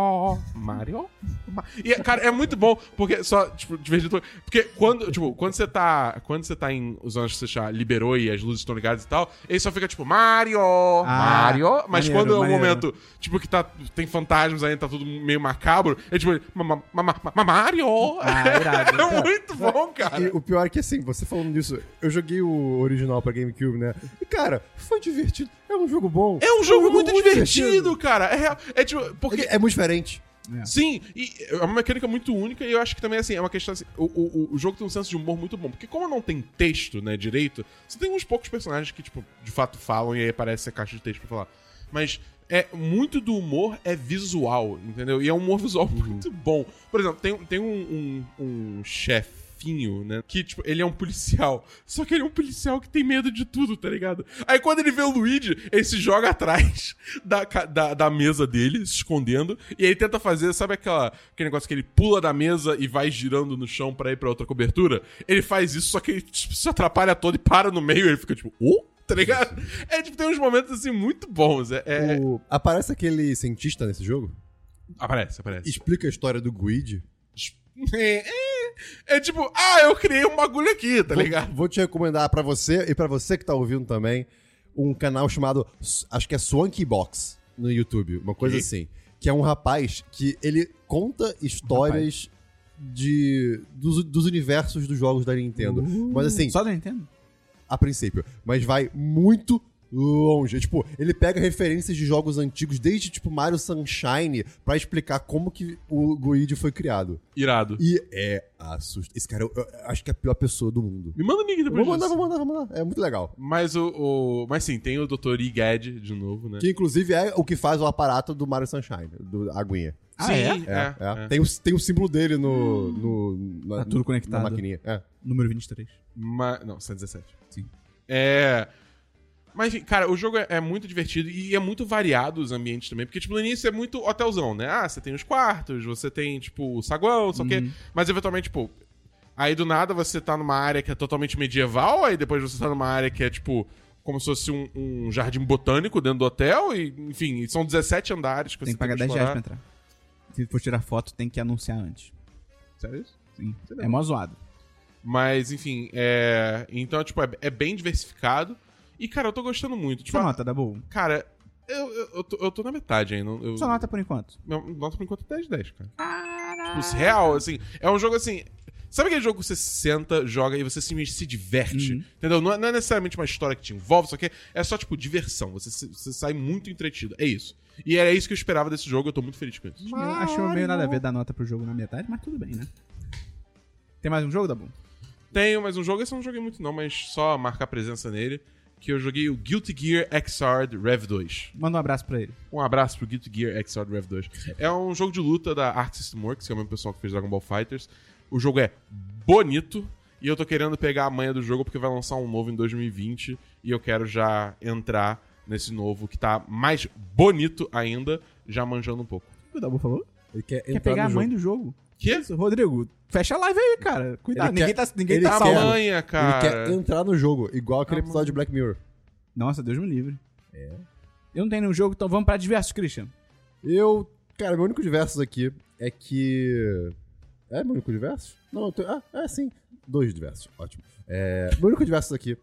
D: Mario? Ma- E, cara, é muito bom, porque só, tipo, divertido. Porque quando, tipo, quando você tá. Quando você tá em zonas que você já liberou e as luzes estão ligadas e tal, ele só fica tipo, Mario!
A: Ah,
D: Mario! Mas
A: maneiro,
D: quando é um
A: maneiro.
D: momento, tipo, que tá, tem fantasmas ainda, tá tudo meio macabro, é tipo, "Ma- ma- ma- ma- Mario!
A: Ah, irado.
D: é muito bom, cara.
B: E o pior é que, assim, você falando disso, eu joguei o original pra GameCube, né? E, cara, foi divertido. É um jogo bom.
D: É um jogo muito divertido, cara. É, real- é tipo, porque.
B: É, é muito diferente.
D: Sim, e é uma mecânica muito única e eu acho que também, assim, é uma questão assim. O, o, o jogo tem um senso de humor muito bom. Porque como não tem texto, né, direito, você tem uns poucos personagens que, tipo, de fato falam e aí aparece a caixa de texto pra falar. Mas é muito do humor é visual, entendeu? E é um humor visual muito bom. Por exemplo, tem, tem um, um, um chefinho, né? Que, tipo, ele é um policial. Só que ele é um policial que tem medo de tudo, tá ligado? Aí quando ele vê o Luigi, ele se joga atrás da, ca- da, da mesa dele, se escondendo. E aí tenta fazer, sabe aquela, aquele negócio que ele pula da mesa e vai girando no chão pra ir pra outra cobertura? Ele faz isso, só que ele tipo, se atrapalha todo e para no meio. Ele fica tipo, oh? Tá ligado? É tipo, tem uns momentos assim muito bons. É, é-
B: O- Aparece aquele cientista nesse jogo?
D: Aparece, aparece.
B: Explica a história do Guid.
D: É, é tipo, ah, eu criei um bagulho aqui, tá
B: Vou-
D: ligado?
B: Vou, te recomendar pra você e pra você que tá ouvindo também um canal chamado, S- acho que é Swanky Box no YouTube, uma coisa
D: Que?
B: assim, que é um rapaz que ele conta histórias de dos, dos universos dos jogos da Nintendo,
D: Uh.
B: mas assim,
A: Só da Nintendo?
B: a princípio, mas vai muito longe. Tipo, ele pega referências de jogos antigos desde tipo Mario Sunshine pra explicar como que o Luigi foi criado.
D: Irado.
B: E é assustador. Esse cara, eu, eu acho que é a pior pessoa do mundo.
D: Me manda o link depois
A: Tipo
B: Vou mandar,
D: disso.
B: vou mandar, vou mandar. É muito legal.
D: Mas o, o- Mas sim, tem o Dr. Igad de novo, né?
B: Que inclusive é o que faz o aparato do Mario Sunshine, do a aguinha.
A: Ah,
D: sim,
B: É, é. Tem, o, tem o símbolo dele no. no na,
A: Tá tudo
B: na
A: conectado.
B: maquininha. É.
A: Número 23.
D: Ma- Não, 117.
A: Sim.
D: É. Mas, enfim, cara, o jogo é, é muito divertido e é muito variado os ambientes também. Porque, tipo, no início é muito hotelzão, né? Ah, você tem os quartos, você tem, tipo, o saguão, só
A: Uhum.
D: que. Mas, eventualmente, tipo. Aí do nada você tá numa área que é totalmente medieval, aí depois você tá numa área que é, tipo. Como se fosse um, um jardim botânico dentro do hotel, e enfim, e são 17 andares que
A: Tem
D: você
A: que pagar
D: tem
A: 10
D: que
A: reais pra
D: explorar.
A: entrar. Se for tirar foto, tem que anunciar antes.
D: Sério isso?
A: Sim. É mó zoado.
D: Mas, enfim, é. Então, tipo, é, é bem diversificado. E, cara, eu tô gostando muito. Tipo,
A: Sua nota, Dabu.
D: cara, eu, eu, eu tô, eu tô na metade ainda. Eu,
A: Sua nota por enquanto.
D: Meu- Nota por enquanto é 10 de 10, cara. Tipo, isso é real, assim. É um jogo assim. Sabe aquele jogo que você senta, joga e você simplesmente se diverte? Entendeu? Não é, não é necessariamente uma história que te envolve, só que é só, tipo, diversão. Você, se- você sai muito entretido. É isso. E era isso que eu esperava desse jogo, eu tô muito feliz com isso.
A: Acho- Achou meio nada a ver dar nota pro jogo na metade, mas tudo bem, né? Tem mais um jogo, Dabu?
D: Tenho mais um jogo, esse eu não joguei muito, não, mas só marcar presença nele. Que eu joguei o Guilty Gear Xrd Rev 2.
A: Manda um abraço pra ele.
D: Um abraço pro Guilty Gear Xrd Rev 2. É um jogo de luta da Arc System Works, que é o mesmo pessoal que fez Dragon Ball Fighters. O jogo é bonito e eu tô querendo pegar a manha do jogo porque vai lançar um novo em 2020 e eu quero já entrar nesse novo que tá mais bonito ainda, já manjando um pouco.
A: O que o Dabu falou?
B: Ele quer,
A: Quer pegar a mãe do tá jogo.
D: Que
A: Isso, Rodrigo, fecha a live aí, cara. Cuidado,
B: Ele
A: ninguém
B: quer-
A: tá, ninguém
B: ele
A: tá
B: quer- um
A: salvo.
B: Calma.
D: manha,
B: Ele
D: cara.
B: quer entrar no jogo, igual aquele episódio de Black Mirror.
A: Nossa, Deus me livre. É. Eu não tenho nenhum jogo, então vamos pra diversos, Christian.
B: Eu, cara, meu único diversos aqui é que. É meu único diversos? Não, eu tenho- ah, é sim. Dois diversos, ótimo. É, meu único diversos aqui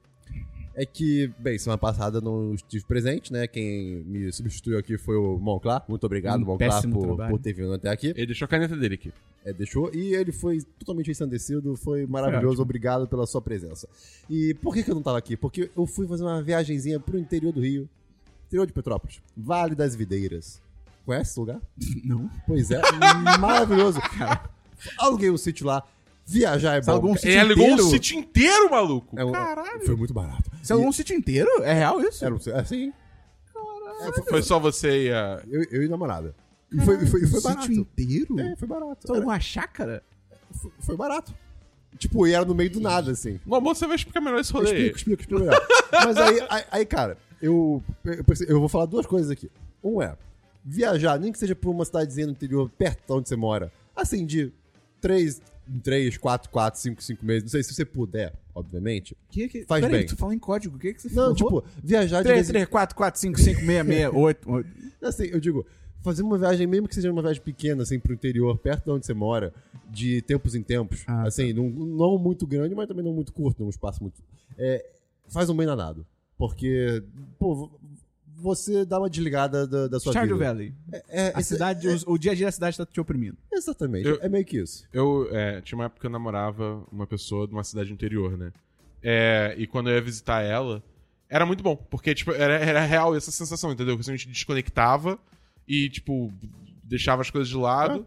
B: é que, bem, semana passada eu não estive presente, né? Quem me substituiu aqui foi o Monclar. Muito obrigado,
A: Um
B: Monclar,
A: péssimo
B: por,
A: trabalho.
B: por ter vindo até aqui.
D: Ele deixou a caneta dele aqui.
B: É, deixou. E ele foi totalmente ensandecido, foi maravilhoso. obrigado pela sua presença. E por que, que eu não tava aqui? Porque eu fui fazer uma viagenzinha pro interior do Rio, interior de Petrópolis, Vale das Videiras. Conhece esse lugar?
A: Não.
B: Pois é, maravilhoso. Cara, aluguei o sítio lá, viajar é bom.
A: alugou um
B: cara.
A: sítio
D: Ele alugou um
A: inteiro?
D: sítio inteiro, maluco.
B: É um- Foi muito barato.
A: Você alugou um sítio inteiro? É real isso?
B: Era um sítio- assim,
D: Foi só você e a.
B: eu, eu e namorada. E foi, e foi, e foi barato.
A: Um inteiro? Então,
B: É, foi barato.
A: Só
B: Era-
A: uma chácara?
B: foi, foi barato. Tipo, e era no meio do nada, assim.
D: No almoço você vai explicar melhor esse
B: Eu
D: rolê.
B: explico, explico, explico melhor. Mas aí, aí, aí, cara, eu, eu, pensei- eu vou falar duas coisas aqui. Um é, viajar, nem que seja por uma cidadezinha no interior, perto de onde você mora, assim, de 3, 3 4, 4, 5, 5 meses, não sei se você puder, obviamente.
A: Que, que...
B: Faz
A: Peraí,
B: bem.
A: tu fala em código, o que, que você
B: Não, tipo, viajar de
A: 3,
B: vez em
A: 3, 4, 4, 5, 5, 6, 6, 8, 8.
B: Assim, eu digo, fazer uma viagem, mesmo que seja uma viagem pequena, assim, pro interior, perto de onde você mora, de tempos em tempos,
A: Ah,
B: assim, não, não muito grande, mas também não muito curto, num espaço muito. é, faz um bem danado. Porque, pô, vo- você dá uma desligada da, da sua
A: Stardew
B: vida.
A: Valley.
B: É,
A: A
B: ex-
A: cidade, os- o dia a dia da cidade tá te oprimindo.
B: Exatamente,
D: Eu-
B: é meio que isso.
D: Eu é, tinha uma época que eu namorava uma pessoa de uma cidade do interior, né? É, e quando eu ia visitar ela, era muito bom, porque tipo, era, era real essa sensação, entendeu? Que a gente desconectava e, tipo, deixava as coisas de lado.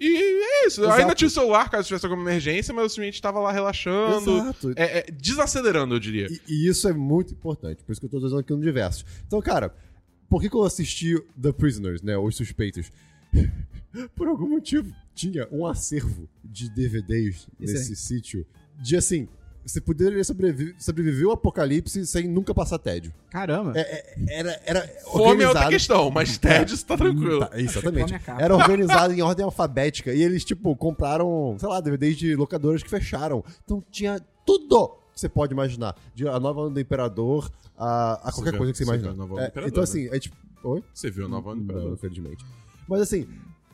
D: E é isso. Eu
B: Exato.
D: ainda tinha o celular caso tivesse alguma emergência, mas eu simplesmente tava lá relaxando.
B: Exato.
D: É, é, desacelerando, eu diria.
B: E, e isso é muito importante, por isso que eu tô usando aqui no diversos. Então, cara, por que, que eu assisti The Prisoners, né? Os Suspeitos? por algum motivo, tinha um acervo de DVDs nesse sítio de assim. Você poderia sobrevi- sobreviver ao apocalipse sem nunca passar tédio.
A: Caramba.
B: É- é- era era
D: Fome é outra
B: organizado-
D: questão, mas Ted tá tranquilo.
B: Tá, exatamente.
A: Fome acaba.
B: Era organizado em ordem alfabética. E eles, tipo, compraram, sei lá, DVDs de locadoras que fecharam. Então tinha tudo que você pode imaginar. De a nova onda do imperador a, a qualquer
D: viu-
B: coisa que você
D: você
B: imagina.
D: viu a Nova Onda
B: É,
D: do Imperador,
B: então,
D: né?
B: assim, é tipo. Oi?
D: Você viu a nova
B: Não,
D: Olimpíada?
B: infelizmente. Mas assim,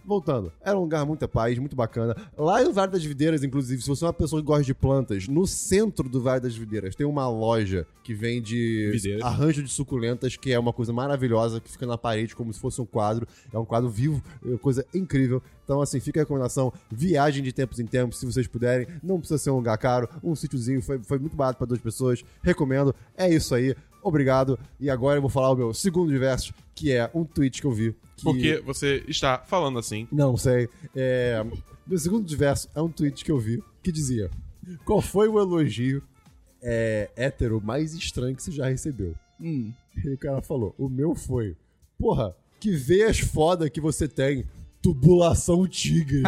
B: voltando, era um lugar muito à paz, muito bacana. Lá no Vale das Videiras, inclusive, se você é uma pessoa que gosta de plantas, no centro do Vale das Videiras tem uma loja que vende
D: Videiras.
B: arranjo de suculentas, que é uma coisa maravilhosa, que fica na parede como se fosse um quadro. É um quadro vivo, é uma coisa incrível. Então, assim, fica a recomendação: viagem de tempos em tempos, se vocês puderem. Não precisa ser um lugar caro, um sítiozinho foi, foi muito barato para duas pessoas. Recomendo. É isso aí. Obrigado. E agora eu vou falar o meu segundo diverso, que é um tweet que eu vi. Que...
D: Porque você está falando assim.
B: Não sei. É... Meu segundo diverso é um tweet que eu vi que dizia: Qual foi o elogio é, hétero mais estranho que você já recebeu?
A: Hum.
B: E o cara falou: O meu foi, porra, que veias foda que você tem, tubulação tigre.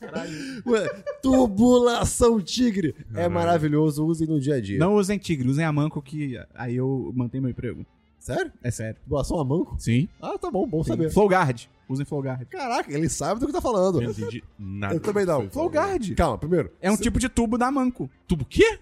A: Caralho.
B: Ué, tubulação tigre. É maravilhoso, usem no dia a dia.
A: Não usem tigre, usem a manco que aí eu mantenho meu emprego.
B: Sério?
A: É sério.
B: Doação a manco?
A: Sim.
B: Ah, tá bom, bom saber.
A: Flowguard. Usem Flowguard.
B: Caraca, ele sabe do que tá falando.
D: Eu não entendi nada.
B: Eu também não.
A: Flowguard.
B: Calma, primeiro.
A: É um tipo de tubo da Manco.
D: Tubo o quê?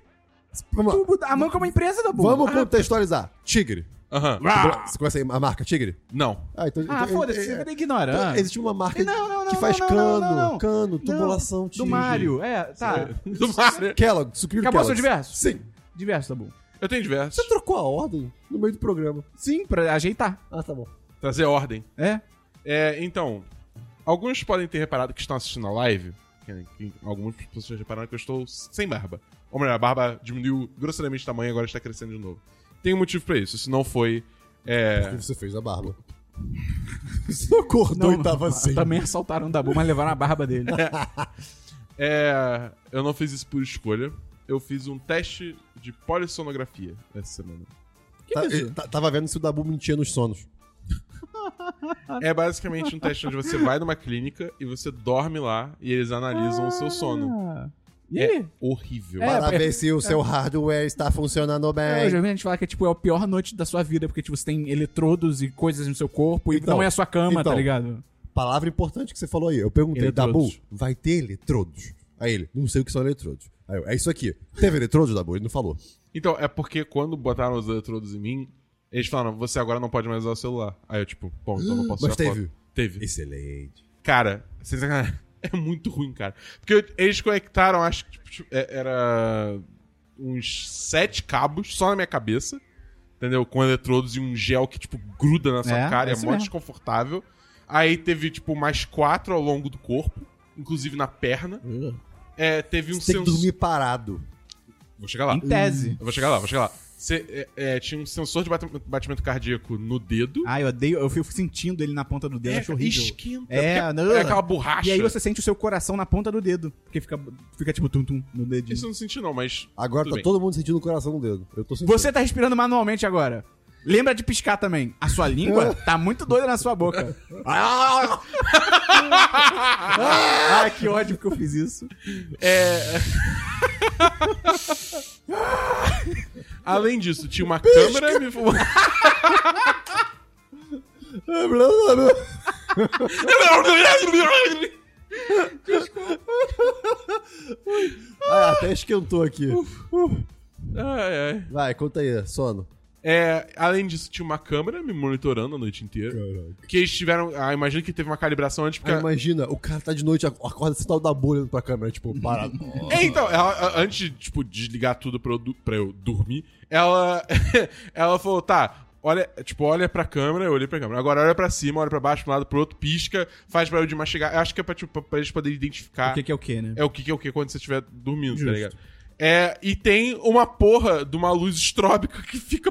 B: Vamos, lá.
A: Tubo da... A Manco é uma empresa da boa.
B: Vamos contextualizar. Tigre.
D: Aham.
B: Tubula- Você conhece a marca Tigre?
D: Não.
B: Ah, então.
A: Ah,
B: então-
A: foda-se,
B: é-
A: você
B: é-
A: vai ter
B: então
A: ignorando.
B: Existe uma marca
A: Não, não, não,
B: que faz
A: não, não,
B: cano,
A: não, não.
B: cano,
A: Não,
B: tubulação
A: Do
B: tigre.
A: Mario, é, tá.
D: Do Mario.
B: Kellogg, sucrilho
A: Acabou seu
B: Kellogg's.
A: diverso?
B: Sim.
A: Diverso, tá bom.
D: Eu tenho diversos.
B: Você trocou a ordem no meio do programa.
A: Sim, pra ajeitar.
B: Ah, tá bom.
D: Trazer ordem.
A: É.
D: É, então, alguns podem ter reparado que estão assistindo a live. que- que Algumas pessoas repararam que eu estou sem barba. Ou melhor, a barba diminuiu grosseiramente de tamanho e agora está crescendo de novo. Tem um motivo pra isso. Isso não foi.
B: E
D: É.
B: você fez a barba. Você não acordou e tava assim.
A: ah, Também assaltaram o Dabu, mas levaram a barba dele.
D: é, eu não fiz isso por escolha. Eu fiz um teste de polissonografia essa semana.
A: Que
B: Tá-
A: isso?
B: tá- tava vendo se o Dabu mentia nos sonos.
D: É basicamente um teste onde você vai numa clínica e você dorme lá e eles analisam o seu sono.
A: Ah. E aí?
D: Horrível.
A: É,
B: Para
A: é-
B: ver se o seu hardware está funcionando
A: É, eu já
B: bem.
A: ouvi a gente falar que tipo, é a pior noite da sua vida, porque tipo, você tem eletrodos e coisas no seu corpo, e
B: Então,
A: não é a sua cama,
B: então.
A: tá ligado?
B: Palavra importante que você falou aí. Eu perguntei, Dabu,
A: Eletrodos.
B: vai ter eletrodos? Aí ele, não sei o que são eletrodos. Aí eu, é isso aqui. Teve eletrodos, Dabu? Ele não falou.
D: Então, é porque quando botaram os eletrodos em mim, eles falaram, você agora não pode mais usar o celular. Aí eu, tipo, bom, então não posso
B: Mas
D: tirar
B: teve.
D: foto. Teve.
B: Excelente.
D: Cara, sem sacanagem, é muito ruim, cara. Porque eu- eles conectaram, acho que tipo, é- era uns sete cabos só na minha cabeça, entendeu? Com eletrodos e um gel que, tipo, gruda na sua
A: É,
D: cara
A: é
D: e é
A: isso
D: mó
A: mesmo.
D: desconfortável. Aí teve, tipo, mais quatro ao longo do corpo, inclusive na perna. É, teve um
B: Você tem que
D: sensor...
B: dormir parado.
D: Vou chegar lá.
A: Em tese.
D: Eu vou chegar lá, vou chegar lá. Cê, é, é, tinha um sensor de bate- batimento cardíaco no dedo. É,
A: Ai, eu odeio, eu fico sentindo ele na ponta do dedo, Ah, acho horrível.
D: esquenta.
A: É,
D: porque
A: não.
D: é aquela borracha.
A: E aí você sente o seu coração na ponta do dedo, porque fica, fica tipo tum-tum no dedinho.
D: Isso eu não senti não, mas...
B: Agora
D: tudo
B: tá
D: bem.
B: todo mundo sentindo o coração no dedo. Eu tô sentindo.
A: Você tá respirando manualmente agora. Lembra de piscar também. A sua língua tá muito doida na sua boca.
B: Ah!
A: Ah, que ódio que eu fiz isso.
D: Além disso, tinha uma câmera me filmando.
B: blá, blá, blá. Ah, até esquentou aqui.
D: ai, ai.
B: Vai, conta aí, sono.
D: É, além disso, tinha uma câmera me monitorando a noite inteira.
B: Caraca.
D: Que eles tiveram... Ah, imagino que teve uma calibração antes, porque...
B: Aí imagina, o cara tá de noite, ac- acorda sinal da bolha pra câmera, tipo, parado.
D: É, então, ela, a- antes de, tipo, desligar tudo pra eu, du- pra eu dormir, ela, ela falou, tá, olha, tipo, olha pra câmera, eu olhei pra câmera. Agora olha pra cima, olha pra baixo, pra um lado, pro outro, pisca, faz barulho de mastigar. Eu acho que é pra, tipo, pra- pra eles poderem identificar
A: O que, que é o que, né?
D: é o que, que é o que quando você estiver dormindo,
A: Justo.
D: tá ligado? É, e tem uma porra de uma luz estróbica que fica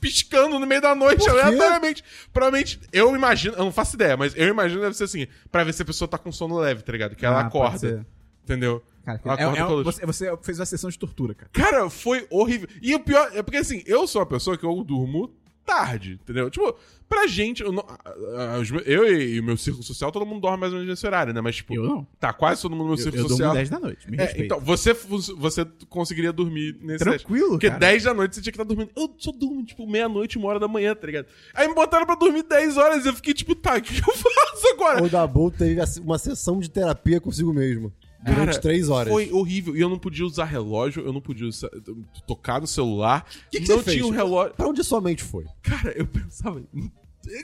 D: piscando no meio da noite
B: Por quê?
D: aleatoriamente. Provavelmente, eu imagino, eu não faço ideia, mas eu imagino deve ser assim, pra ver se a pessoa tá com sono leve, tá ligado? Que ela
A: Ah, pode
D: acorda,
A: ser.
D: entendeu?
A: Cara,
D: Ela
A: é-
D: acorda
A: é-
D: com a luz.
A: você, você fez uma sessão de tortura, cara.
D: Cara, foi horrível. E o pior é porque, assim, eu sou uma pessoa que eu durmo tarde, entendeu? Tipo, pra gente, eu, não- ah, ah, os meus- eu e, e o meu círculo social, todo mundo dorme mais ou menos nesse horário, né? Mas, tipo,
A: Eu não.
D: tá quase todo mundo no meu
A: Eu,
D: círculo
A: eu durmo
D: social.
A: 10 da noite, me
D: É,
A: respeita.
D: então, você, fu- você conseguiria dormir nesse
A: Tranquilo,
D: Porque
A: cara.
D: 10 da noite você tinha que estar dormindo. Eu só durmo, tipo, meia-noite, uma hora da manhã, tá ligado? Aí me botaram pra dormir 10 horas e eu fiquei, tipo, tá, o que eu faço agora?
B: o Dabu teve assim, uma sessão de terapia consigo mesmo. Durante
D: Cara,
B: três horas.
D: Foi horrível. E eu não podia usar relógio, eu não podia usar- tocar no celular.
B: que que
D: não
B: você fez?
D: tinha
A: tipo?
D: um relógio.
B: Pra onde sua mente foi?
D: Cara, eu pensava. em-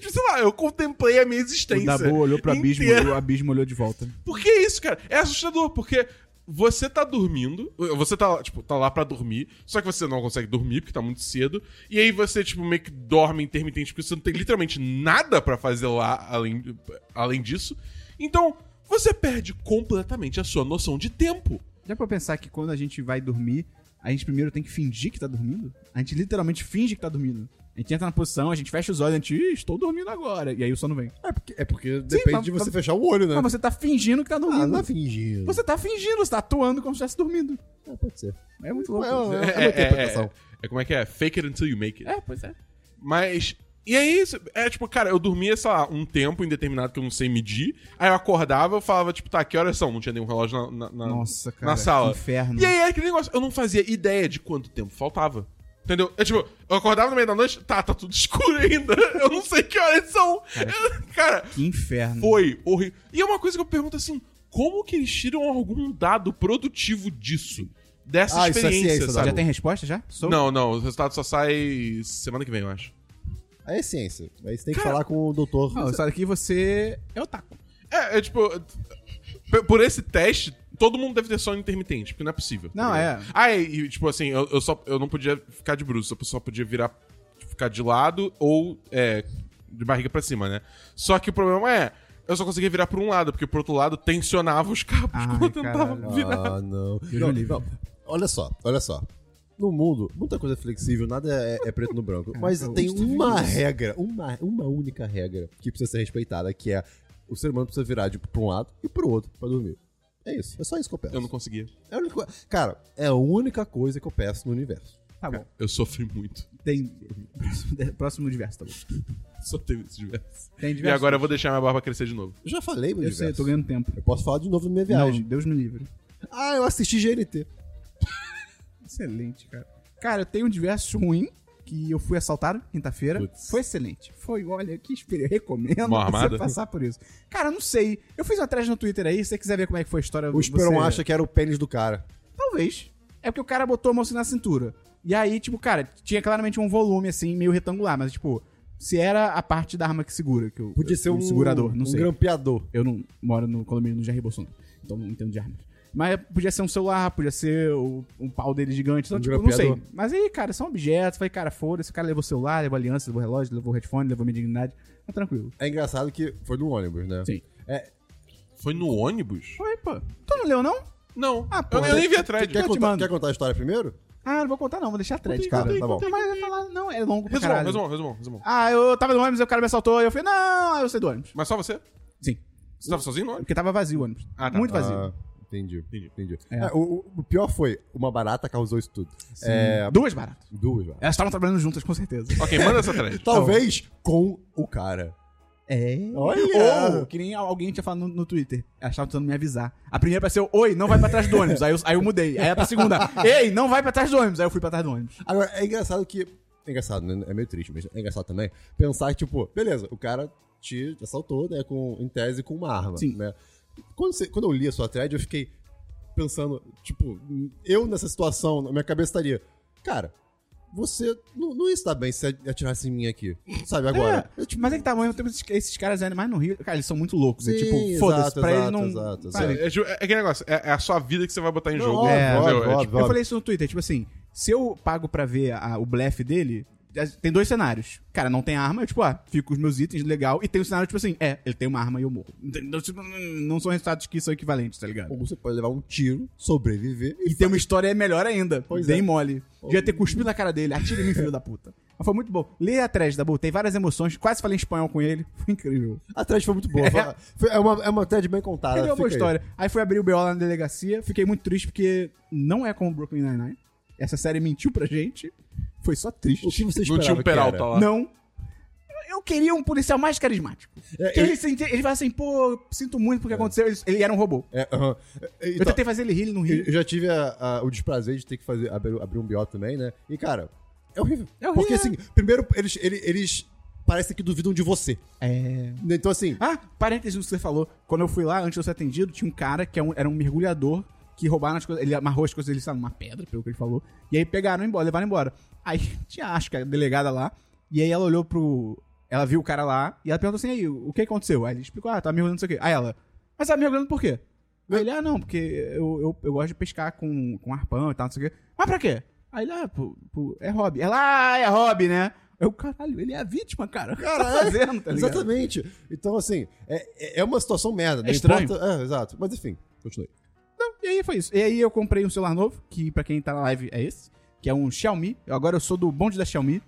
D: eu, Sei lá, eu contemplei a minha existência.
A: O Dabu olhou pro abismo
D: inteira.
A: e o abismo olhou de volta.
D: Por que isso, cara? É assustador, porque você tá dormindo, você tá, tipo, tá lá pra dormir, só que você não consegue dormir porque tá muito cedo, e aí você, tipo, meio que dorme intermitente porque você não tem literalmente nada pra fazer lá além, além disso. Então, você perde completamente a sua noção de tempo.
A: Já pra pensar que quando a gente vai dormir, a gente primeiro tem que fingir que tá dormindo? A gente literalmente finge que tá dormindo. A gente entra na posição, a gente fecha os olhos, a gente, "Ih, estou dormindo agora. E aí o sono vem.
B: É porque, é porque depende
A: mas-
B: de você
A: mas-
B: fechar o olho, né?
A: Mas você tá fingindo que tá
B: Ah,
A: dormindo.
B: não é fingindo.
A: Você tá fingindo, você tá atuando como se estivesse dormindo.
B: Ah, pode ser.
A: É muito
B: É,
A: louco.
B: é, é, uma
D: É, é,
B: interpretação.
D: é como é que é? Fake it until you make it.
A: É, pois é.
D: Mas E aí, é tipo, cara, eu dormia, sei lá, um tempo indeterminado que eu não sei medir. Aí eu acordava, eu falava, tipo, tá, que horas são? Não tinha nenhum relógio na, na, na-
A: Nossa, cara.
D: na sala.
A: Que inferno.
D: E aí era aquele negócio, eu não fazia ideia de quanto tempo faltava. Entendeu? É tipo, eu acordava no meio da noite, tá, tá tudo escuro ainda. Eu não sei que horas são. cara
A: Que inferno.
D: foi horrível. E é uma coisa que eu pergunto assim: como que eles tiram algum dado produtivo disso? Dessa
B: Ah, isso é
D: experiência,
B: ciência,
D: sabe?
A: Já tem resposta já? Sou-
D: Não, não, o resultado só sai semana que vem, eu acho.
B: Aí é ciência. Aí você tem que falar com o doutor.
A: Não, sabe que você é otaku.
D: É, é tipo. p- Por esse teste, todo mundo deve ter sono intermitente, porque não é possível. tá
A: Não,
D: ligado?
A: é.
D: Ah, e, e, tipo assim, eu, eu só, eu não podia ficar de bruxo, eu só podia virar, tipo, ficar de lado ou é, de barriga pra cima, né? Só que o problema é, eu só conseguia virar pra um lado, porque pro outro lado tensionava os cabos
A: Ai,
D: quando eu tentava
A: caralho.
D: virar.
B: Ah, não.
A: me
B: Não,
A: livre.
B: não. Olha só, olha só. No mundo, muita coisa é flexível, nada é, é preto no branco. Mas
A: eu
B: tem
A: estou vendo
B: uma
A: isso.
B: regra, uma, uma única regra que precisa ser respeitada, que é o ser humano precisa virar de, pra um lado e pro outro pra dormir. É isso, é só isso que eu peço.
D: Eu não conseguia.
B: É a única co- Cara, é a única coisa que eu peço no universo.
A: Tá bom.
D: Eu sofri muito.
A: Tem. Próximo, próximo diverso, tá bom.
D: Só teve esse diverso.
A: Tem
D: E
A: diverso.
D: agora eu vou deixar minha barba crescer de novo.
B: Eu já falei no
A: Eu
B: universo.
A: sei, eu tô ganhando tempo.
B: Eu posso falar de novo na minha viagem.
A: Não, Deus me livre.
B: Ah, eu assisti GNT.
A: Excelente, cara. Cara, eu tenho um diverso ruim que eu fui assaltado quinta-feira.
B: Putz.
A: Foi excelente. Foi, olha, que experiência. Eu recomendo
D: Mão armada?
A: você passar por isso. Cara, eu não sei. Eu fiz uma thread no Twitter aí, se você quiser ver como é que foi a história.
B: O Esperon
A: você-
B: acha que era o pênis do cara.
A: Talvez. É porque o cara botou a mão assim na cintura. E aí, tipo, cara, tinha claramente um volume, assim, meio retangular, mas, tipo, se era a parte da arma que segura, que eu,
B: Podia ser um,
A: segurador, não
B: um
A: sei.
B: grampeador.
A: Eu não moro no condomínio do Jair Bolsonaro, então não entendo de armas. Mas podia ser um celular, podia ser o- um pau dele gigante, então,
B: Um
A: tipo, não sei.
B: grampeador.
A: Mas aí, cara, são objetos, falei, cara, foda-se, o cara levou celular, levou aliança, levou relógio, levou headphone, levou minha dignidade, tá tranquilo.
B: É engraçado que foi no ônibus, né?
A: Sim.
D: Foi no ônibus?
A: Ué, pô, tu não leu, não?
D: Não.
A: Ah,
D: eu,
A: porra.
D: eu nem vi a thread.
A: Eu
B: Quer
A: te
B: contar,
A: mando.
B: quer contar a história primeiro?
A: Ah, não vou contar não, vou deixar a thread,
D: Contei,
A: cara.
D: contei,
A: tá bom.
D: contei,
A: Mas eu ia falar, não, é longo pra
D: Resumam,
A: caralho.
D: resumam, resumam, resumam.
A: Ah, eu tava no ônibus, aí o cara me assaltou, e eu falei, não, aí eu saí do ônibus.
D: Mas só você?
A: Sim.
D: Você tava sozinho no ônibus?
A: Porque tava vazio o ônibus.
D: Ah, tá.
A: Muito vazio.
B: Ah, entendi. Entendi.
A: É.
B: É, o, o- o pior foi, uma barata causou isso tudo.
D: tá.
B: É,
A: Duas baratas.
B: duas baratas.
A: Elas estavam trabalhando juntas, com certeza.
D: Ok, manda essa thread.
A: Então.
B: Talvez com o cara.
A: É.
B: Olha!
A: Ou, que nem alguém tinha falado no, no Twitter. Elas estavam tentando me avisar. A primeira pareceu, oi, não vai pra trás do ônibus. Aí eu, aí eu mudei. Aí a segunda, ei, não vai pra trás do ônibus. Aí eu fui pra trás do ônibus.
B: Agora, é engraçado que... É engraçado, né? É meio triste, mas é engraçado também. Pensar que, tipo, beleza, o cara te assaltou, né? Com, em tese, com uma arma.
A: Sim.
B: né? Quando, você- quando eu li a sua thread, eu fiquei pensando, tipo, eu nessa situação, na minha cabeça estaria... Cara, você não, não ia estar bem se atirasse em mim aqui. Sabe, agora...
A: É, tipo, mas é que tá, ao mesmo tempo, esses, esses caras eram mais no Rio. Cara, eles são muito loucos. é
B: Sim,
A: tipo,
B: exato,
A: foda-se. Pra eles
B: exato,
A: não.
B: exato,
A: sabe?
B: exato.
D: É, ju- é aquele negócio, é, é a sua vida que você vai botar em jogo.
A: óbvio,
D: entendeu?
B: óbvio,
D: É,
B: óbvio.
A: Eu falei isso no Twitter, tipo assim, se eu pago pra ver a- o blefe dele, as- tem dois cenários. Cara, não tem arma, eu, tipo, ah, fico com os meus itens, legal. E tem o cenário, tipo assim, é, ele tem uma arma e eu morro. Entendeu? Tipo, hum, não são resultados que são equivalentes, tá ligado?
B: Ou você pode levar um tiro, sobreviver e
A: E tem uma história melhor ainda,
B: Pois
A: bem
B: é.
A: mole. Devia ter cuspido na cara dele, atira em mim, filho da puta. Mas foi muito bom. Lê atrás da boa, tem várias emoções, quase falei em espanhol com ele, foi incrível.
B: A thread foi muito boa. Foi- foi- é, uma, é uma thread bem contada.
A: Ele é uma boa
B: fica aí.
A: história. Aí fui abrir o BO lá na delegacia, fiquei muito triste porque não é como Brooklyn Nine-Nine. Essa série mentiu pra gente, foi só triste.
B: O que você
D: Não
B: esperava
D: tinha um
B: que
D: Peralta
B: era?
D: lá.
A: Não. Eu queria um policial mais carismático.
B: É,
A: Que ele, se inte- ele vai assim, pô, sinto muito porque aconteceu. Ele, ele era um robô.
B: É, aham. É,
A: Eu
B: então,
A: tentei fazer ele rir, ele não
B: eu
A: ri.
B: eu já tive a- a- o desprazer de ter que fazer, abrir, abrir um BO também, né? E, cara, é horrível.
A: É horrível,
B: Porque,
A: é.
B: assim, primeiro, eles, ele- eles, parecem que duvidam de você.
A: É.
B: Então, assim,
A: Ah, parênteses no que você falou. Quando eu fui lá, antes de eu ser atendido, tinha um cara que é um- era um mergulhador que roubaram as coisas. Ele amarrou as coisas dele, sabe, numa pedra, pelo que ele falou. E aí pegaram e embora, levaram embora. Aí tinha, acho que a delegada lá. E aí ela olhou pro. Ela viu o cara lá e ela perguntou assim: aí, o que aconteceu? Aí ele explicou: ah, tá mergulhando, não sei o quê. Aí ela, mas tá mergulhando por quê? Aí ele, ah, não, porque eu, eu, eu gosto de pescar com, com arpão e tal, não sei o quê. Mas pra quê? Aí ele, ah, pô, pô, é hobby. Ela, ah, é hobby, né? Eu, caralho, ele é a vítima, cara. Cara, tá fazendo, tá ligado?
B: exatamente. Então, assim, é, é- é uma situação merda. não
A: estranho.
B: importa- é, exato. Mas, enfim, continue.
A: E aí foi isso. E aí eu comprei um celular novo, que pra quem tá na live é esse, que é um Xiaomi. Eu agora eu sou do bonde da Xiaomi.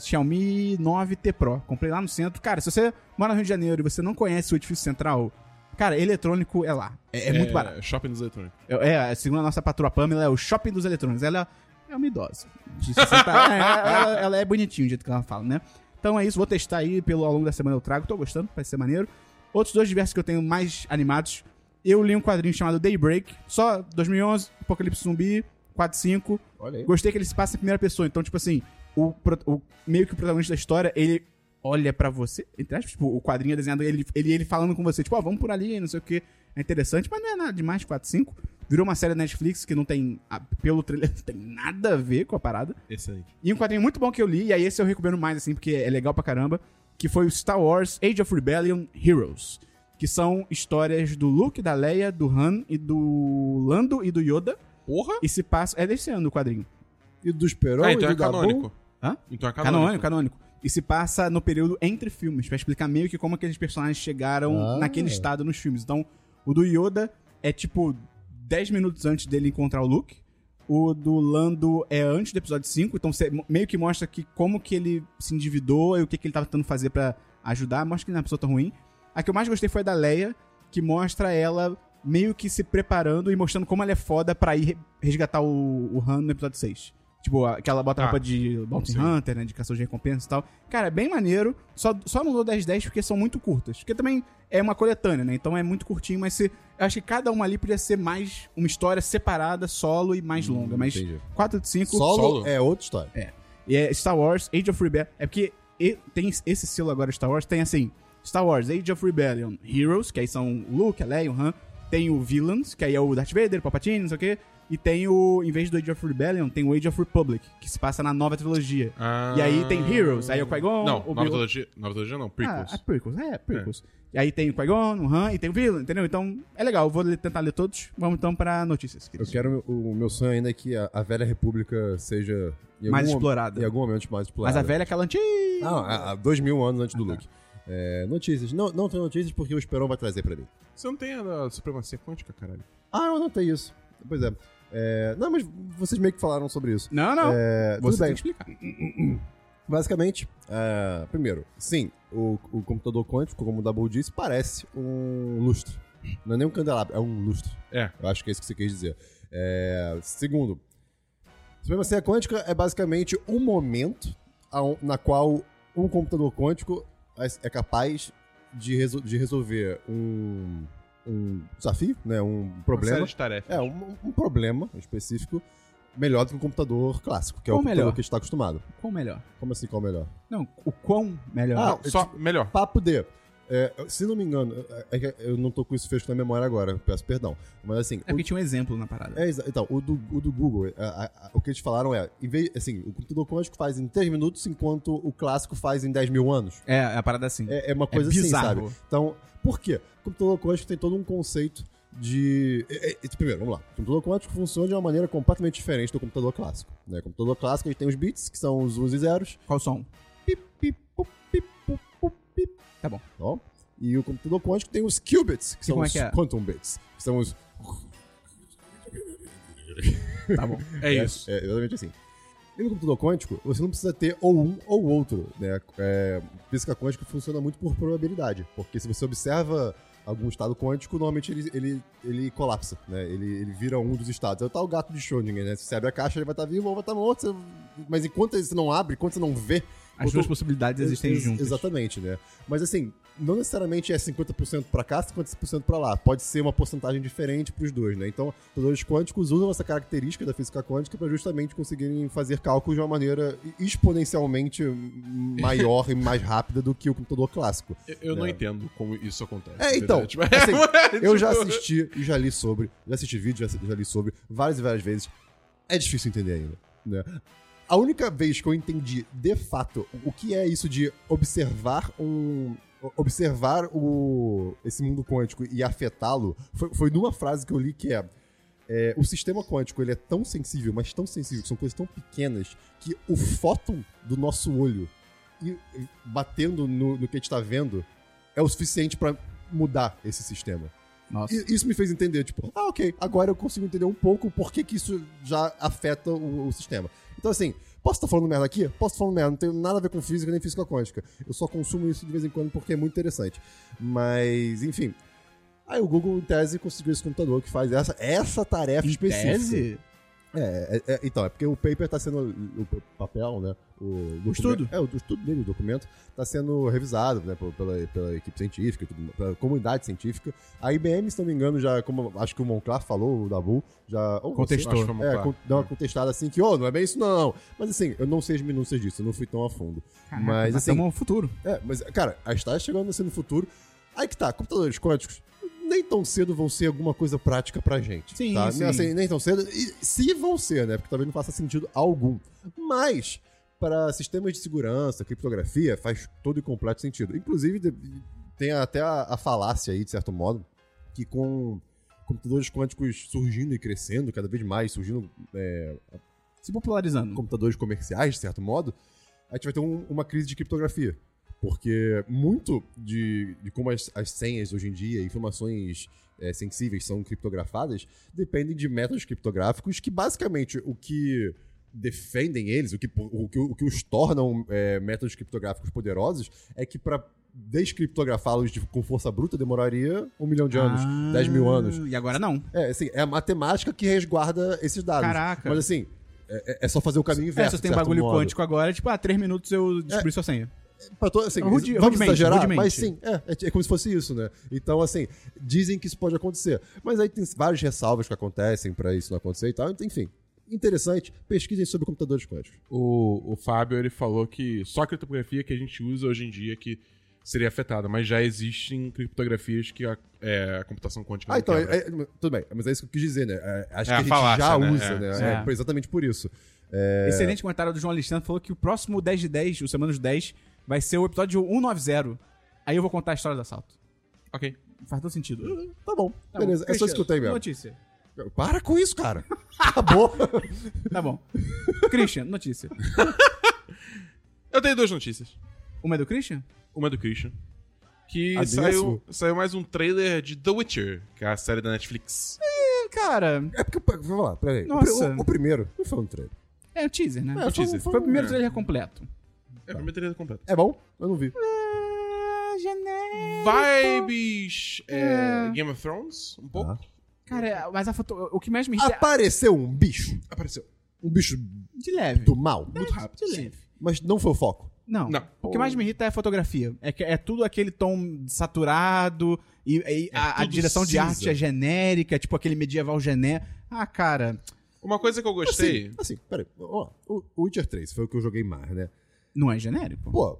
A: Xiaomi 9T Pro. Comprei lá no centro. Cara, se você mora no Rio de Janeiro e você não conhece o edifício central, cara, eletrônico é lá. É, é muito barato.
D: Shopping dos eletrônicos.
A: É, é, segundo a nossa patroa Pamela, é o shopping dos eletrônicos. Ela é uma idosa. de 60 anos. É, ela, ela é bonitinha, o é jeito que ela fala, né? Então é isso, vou testar aí, pelo, ao longo da semana eu trago, tô gostando, vai ser maneiro. Outros dois diversos que eu tenho mais animados, eu li um quadrinho chamado Daybreak, só 2011, Apocalipse Zumbi, 4-5.
B: Olha aí.
A: Gostei que ele se passa em primeira pessoa, então, tipo assim, o, pro- o- meio que o protagonista da história, ele olha pra você, entre aspas, tipo, o quadrinho é desenhado, ele, ele, ele falando com você, tipo, ó, vamos por ali, não sei o que, é interessante, mas não é nada demais, 4-5. Virou uma série da Netflix que não tem, a- pelo trailer, não tem nada a ver com a parada.
F: Excelente.
A: E um quadrinho muito bom que eu li, e aí esse eu recomendo mais, assim, porque é legal pra caramba, que foi o Star Wars Age of Rebellion Heroes. Que são histórias do Luke, da Leia, do Han e do Lando e do Yoda.
D: Porra!
A: E se passa. É desse ano o quadrinho.
B: E do Esperon
D: Ah,
B: e
D: então
B: do
D: é
B: Dabu?
D: canônico.
A: Hã?
D: Então é canônico.
A: Canônico, canônico. E se passa no período entre filmes, pra explicar meio que como aqueles personagens chegaram
B: Ah.
A: naquele estado nos filmes. Então, o do Yoda é tipo 10 minutos antes dele encontrar o Luke. O do Lando é antes do episódio 5, então cê- meio que mostra que como que ele se endividou e o que, que ele tava tentando fazer pra ajudar. Mostra que ele não é uma pessoa tão ruim. A que eu mais gostei foi a da Leia, que mostra ela meio que se preparando e mostrando como ela é foda pra ir re- resgatar o, o Han no episódio 6. Tipo, a- que ela bota a
D: Ah,
A: roupa de Bounty
D: sim.
A: Hunter, né? De caçador de recompensa e tal. Cara, é bem maneiro. Só, só não dou 10-10 porque são muito curtas. Porque também é uma coletânea, né? Então é muito curtinho, mas se, eu acho que cada uma ali podia ser mais uma história separada, solo e mais longa. Mas
B: Hum, entendi.
A: 4 de 5.
B: Solo,
D: Solo.
B: é outra história.
A: E é Star Wars, Age of Rebellion. É porque e- tem esse selo agora Star Wars, tem assim, Star Wars, Age of Rebellion, Heroes, que aí são o Luke, a Leia, o Han. Tem o Villains, que aí é o Darth Vader, o Palpatine, não sei o quê. E tem o, em vez do Age of Rebellion, tem o Age of Republic, que se passa na nova trilogia.
D: Ah.
A: E aí tem Heroes, aí é o Qui-Gon,
D: Não,
A: o
D: nova
A: Obi-Wan-
D: trilogia, nova trilogia não, prequels.
A: Ah, é prequels, é, prequels. E aí tem o Qui-Gon, o Han e tem o Villain, entendeu? Então, é legal, eu vou ler- tentar ler todos. Vamos então pra notícias,
B: Eu
A: queridos.
B: quero. O meu sonho ainda é que a, a velha república seja. em
A: Mais
B: algum-
A: explorada.
B: Em algum momento mais
A: Mas
B: explorada.
A: a velha Ah, tá. é aquela antiga.
B: Não, há há dois mil anos antes do Luke. É, notícias. Não, não tem notícias porque o Esperon vai trazer pra mim.
D: Você não tem a da supremacia quântica, caralho?
B: Ah, eu anotei isso. Pois é. É, não, mas vocês meio que falaram sobre isso.
A: Não, não.
B: É, tudo
A: Você tem
B: bem.
A: que explicar.
B: Basicamente, é, primeiro, sim, o, o computador quântico, como o Dabu disse, parece um lustre. Não é nem um candelabro, é um lustre.
D: É.
B: Eu acho que é isso que você quis dizer. É, segundo, supremacia quântica é basicamente um momento ao- na qual um computador quântico é- é capaz de, resol- de resolver um, um desafio, né, um
D: Uma
B: problema.
D: série de tarefas.
B: É, um, um problema específico melhor do que um computador clássico, que é
A: Ou
B: o computador
A: melhor.
B: que a gente está acostumado.
A: Qual melhor?
B: Como assim, qual o melhor?
A: Não, o quão melhor.
B: Ah,
D: Não, só, melhor.
B: Papo D. É, eu- se não me engano, é que eu não tô com isso fresco na memória agora, peço perdão. Mas assim,
A: é
B: o-
A: porque tinha um exemplo na parada.
B: é, exa- então, o do, o do Google, a- a- a- o que eles falaram é, em vez, assim, o computador quântico faz em 3 minutos, enquanto o clássico faz em 10 mil anos.
A: É, a parada assim.
B: É, é uma coisa assim, sabe?
A: bizarro.
B: Então, por quê? O computador quântico tem todo um conceito de. é, é, é, primeiro, vamos lá. O computador quântico funciona de uma maneira completamente diferente do computador clássico. Né? O computador clássico ele tem os bits, que são os uns e zeros,
A: Qual som?
B: Pip, pip, pup, pip, pup, pup, pip.
A: Tá bom.
B: Ó. E o computador quântico tem os qubits, que são
A: como é
B: os
A: que é?
B: quantum bits, que são os...
A: Tá bom.
D: É isso.
B: É, exatamente assim. E no computador quântico, você não precisa ter ou um ou outro, né? É, física quântica funciona muito por probabilidade, porque se você observa algum estado quântico, normalmente ele, ele, ele colapsa, né? Ele, ele vira um dos estados. É o tal gato de Schrödinger, né? Se você abre a caixa, ele vai estar vivo ou vai estar morto. você- Mas enquanto você não abre, enquanto você não vê,
A: As
B: Eu
A: duas
B: tô-
A: possibilidades existem
B: Ex-
A: juntas.
B: Exatamente, né? Mas assim, não necessariamente é 50% pra cá, 50% pra lá. Pode ser uma porcentagem diferente pros dois, né? Então, os computadores quânticos usam essa característica da física quântica pra justamente conseguirem fazer cálculos de uma maneira exponencialmente maior e mais rápida do que o computador clássico.
D: Eu, eu não
B: É.
D: entendo como isso acontece.
B: É, então,
D: entendeu? Tipo,
B: assim,
D: é,
B: Eu já
D: tipo,
B: assisti e já li sobre, já assisti vídeo, já, já li sobre várias e várias vezes. É difícil entender ainda, né? A única vez que eu entendi de fato o que é isso de observar um observar o esse mundo quântico e afetá-lo foi, foi numa frase que eu li que é, é, o sistema quântico ele é tão sensível, mas tão sensível, que são coisas tão pequenas que o fóton do nosso olho e e batendo no, no que a gente está vendo é o suficiente para mudar esse sistema.
A: Nossa.
B: E isso me fez entender, tipo, ah, ok, agora eu consigo entender um pouco por que, que isso já afeta o, o sistema. Então, assim, posso estar falando merda aqui? Posso estar falando merda, não tem nada a ver com física nem física quântica. Eu só consumo isso de vez em quando porque é muito interessante. Mas, enfim. Aí o Google, em tese, conseguiu esse computador que faz essa, essa tarefa
A: Em
B: específica.
A: tese?
B: É, é, é, então, é porque o paper tá sendo. O papel, né? o documento-
A: estudo.
B: É, o estudo dele, o documento, está sendo revisado né, por- pela, pela equipe científica, e tudo- pela comunidade científica. A IBM, se não me engano, já, como acho que o Monclar falou, o Dabu, já. ou você-
A: Contestou.
B: acho que foi o Monclar. É, con- deu uma contestada assim que, ô, não é bem isso, não. Mas assim, eu não sei as minúcias disso, eu não fui tão a fundo. mas assim,
A: estamos no um futuro.
B: é, mas, cara, a gente tá chegando assim no futuro. Aí que tá, computadores quânticos nem tão cedo vão ser alguma coisa prática pra gente.
A: Sim,
B: tá?
A: sim.
B: Assim, nem tão cedo. E se vão ser, né? Porque talvez não faça sentido algum. Mas, para sistemas de segurança, criptografia, faz todo e completo sentido. Inclusive, de- tem até a, a falácia aí, de certo modo, que com computadores quânticos surgindo e crescendo cada vez mais, surgindo é,
A: Se popularizando.
B: computadores comerciais, de certo modo, a gente vai ter um- uma crise de criptografia. Porque muito de, de como as, as senhas hoje em dia, informações eh, sensíveis são criptografadas, dependem de métodos criptográficos que basicamente o que defendem eles, o que, o que, o que os tornam eh, métodos criptográficos poderosos, é que para descriptografá-los de- com força bruta demoraria um milhão de anos,
A: Ah,
B: 10 mil anos.
A: E agora não.
B: É, assim, é a matemática que resguarda esses dados.
A: Caraca.
B: Mas assim, é, é- é só fazer o caminho
A: É,
B: inverso.
A: se você tem
B: de certo
A: bagulho
B: modo.
A: quântico agora, tipo, ah, três minutos eu descobri sua senha.
B: Pra to- assim,
A: Rudi-
B: vamos
A: rudimente,
B: exagerar,
A: rudimente.
B: mas sim, é, é, é como se fosse isso, né? Então, assim, dizem que isso pode acontecer. Mas aí tem várias ressalvas que acontecem pra isso não acontecer e tal. Então, Enfim, interessante. Pesquisem sobre computadores quânticos.
D: O, o Fábio ele falou que só a criptografia que a gente usa hoje em dia que seria afetada, mas já existem criptografias que a, é, a computação quântica
B: Ah,
D: não
B: então,
D: quebra.
B: é- é- tudo bem. Mas é isso que eu quis dizer, né? É, acho
D: É
B: que
D: a
B: a gente
D: falácia,
B: já
D: né?
B: usa,
D: É,
A: sim.
B: né? É, exatamente por isso. É.
A: Excelente comentário do João Alexandre. Falou que o próximo 10 de 10, o Semana dos 10, vai ser o episódio 190. Aí eu vou contar a história do assalto.
B: é-
D: Ok.
A: Faz todo sentido.
B: Tá bom, beleza. é só isso que eu tenho mesmo.
A: Notícia.
B: Para com isso, cara. Acabou.
A: Tá bom. Christian, notícia.
D: Eu tenho duas notícias.
A: Uma é do Christian?
D: Uma é do Christian. Que
B: A minha
D: saiu, saiu mais um trailer de The Witcher, que é a série da Netflix.
A: Cara,
B: É porque, vou falar, peraí. O,
A: Nossa.
B: pri- o- o primeiro não foi um trailer.
A: é o teaser, né?
B: É, foi um-
A: Foi,
B: foi
A: o
B: um-
A: primeiro
B: é.
A: trailer completo.
D: É o primeiro trailer completo.
B: É bom? Eu não vi.
D: Vibes é, Game of Thrones, um
B: Ah.
D: pouco.
A: Cara, é, mas a foto... o que mais me irrita
B: Apareceu um bicho.
D: Apareceu.
B: Um bicho
A: de leve.
B: do mal.
D: Muito rápido.
A: De
D: sim.
A: leve.
B: Mas não foi o foco.
A: Não.
D: Não.
A: O que mais me irrita é a fotografia. É, que- é tudo aquele tom saturado e, e
B: É
A: a, a
D: tudo
A: direção de
D: cinza.
A: arte é genérica, tipo aquele medieval gené. Ah, cara,
D: Uma coisa que eu gostei.
B: Assim, assim peraí. Ó, o o Witcher 3 foi o que eu joguei mais, né?
A: não é genérico.
B: Pô,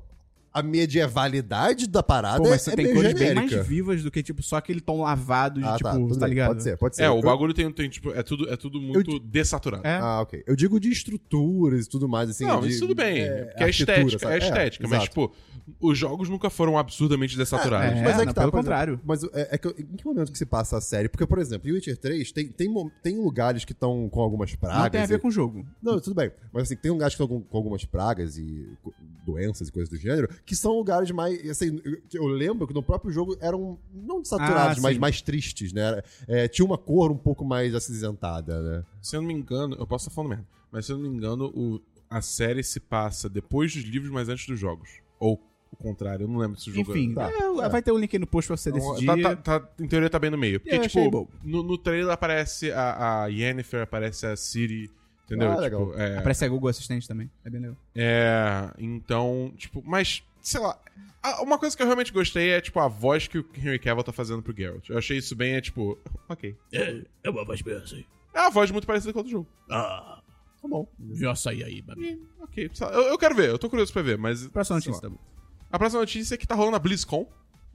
B: a medievalidade da parada
A: Pô, mas
B: é,
A: você
B: é
A: tem
B: bem
A: cores
B: genérica.
A: bem mais vivas do que, tipo, só aquele tom lavado de,
B: ah,
A: tipo,
B: tá, tudo
A: tá,
B: bem,
A: ligado?
B: Pode ser, pode ser.
D: É, o
B: Assim, Eu-
D: bagulho tem, tem, tipo, é tudo, é tudo muito desaturado.
A: É.
B: Ah, ok. Eu digo de estruturas e tudo mais, assim.
D: não,
B: de-
D: isso tudo bem.
B: é,
D: porque é
B: arquitetura,
D: estética,
B: sabe?
D: é estética. mas,
B: exato.
D: tipo, os jogos nunca foram absurdamente desaturados.
A: É,
B: mas é
A: não,
B: que tá,
A: pelo
B: por exemplo,
A: contrário.
B: Mas é, é que eu- em que momento que se passa a série? Porque, por exemplo, em Witcher 3 tem, tem, mo- tem lugares que estão com algumas pragas.
A: Não tem a
B: e-
A: ver com o jogo.
B: Não, tudo bem. Mas assim, tem lugares que estão com, com algumas pragas e co- doenças e coisas do gênero, que são lugares mais. Assim, eu, eu lembro que no próprio jogo eram não saturados,
A: Ah,
B: mas
A: sim.
B: mais tristes, né? Era- é, tinha uma cor um pouco mais acinzentada, né?
D: Se eu não me engano, eu posso estar falando merda, mas se eu não me engano, o- a série se passa depois dos livros, mas antes dos jogos. Ou o contrário, eu não lembro se o jogo
A: Enfim,
B: Tá. É
A: é, vai ter um link aí no post pra você
D: Então,
A: decidir.
D: tá- tá- tá- em teoria tá bem no meio. Porque,
A: Eu achei bom.
D: tipo, no, no trailer aparece a, a Yennefer, aparece a Ciri, entendeu?
B: Ah,
D: tipo,
B: legal.
D: É,
A: Aparece a Google Assistente também. É bem legal.
D: É, então, tipo, mas, sei lá. a- Uma coisa que eu realmente gostei é, tipo, a voz que o Henry Cavill tá fazendo pro Geralt. Eu achei isso bem, é tipo, ok.
F: É, é uma voz bem assim.
D: É uma voz muito parecida com a do jogo.
F: Ah,
B: Tá bom.
F: já saí aí, babi.
D: E, ok, sei lá, eu, eu quero ver, eu tô curioso pra ver, mas.
A: Próxima
D: sei
A: notícia,
D: lá.
A: tá bom.
D: A próxima notícia é que tá rolando a BlizzCon,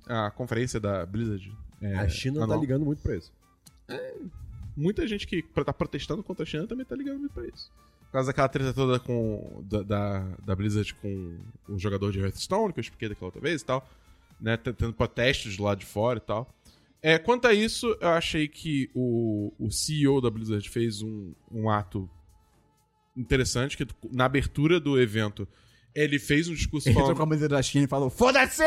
D: a conferência da Blizzard. É,
B: a China tá
D: anual. É,
B: ligando muito pra isso.
D: Muita gente que pro- tá protestando contra a China também tá ligando muito pra isso. Por causa daquela treta toda com, da, da, da Blizzard com o jogador de Hearthstone, que eu expliquei daquela outra vez e tal. Né, t- tendo protestos lá de fora e tal. É, quanto a isso, eu achei que o, o CEO da Blizzard fez um, um ato interessante, que na abertura do evento ele fez um discurso
A: Ele entrou
D: falando...
A: com a bandeira da China e falou: Foda-se!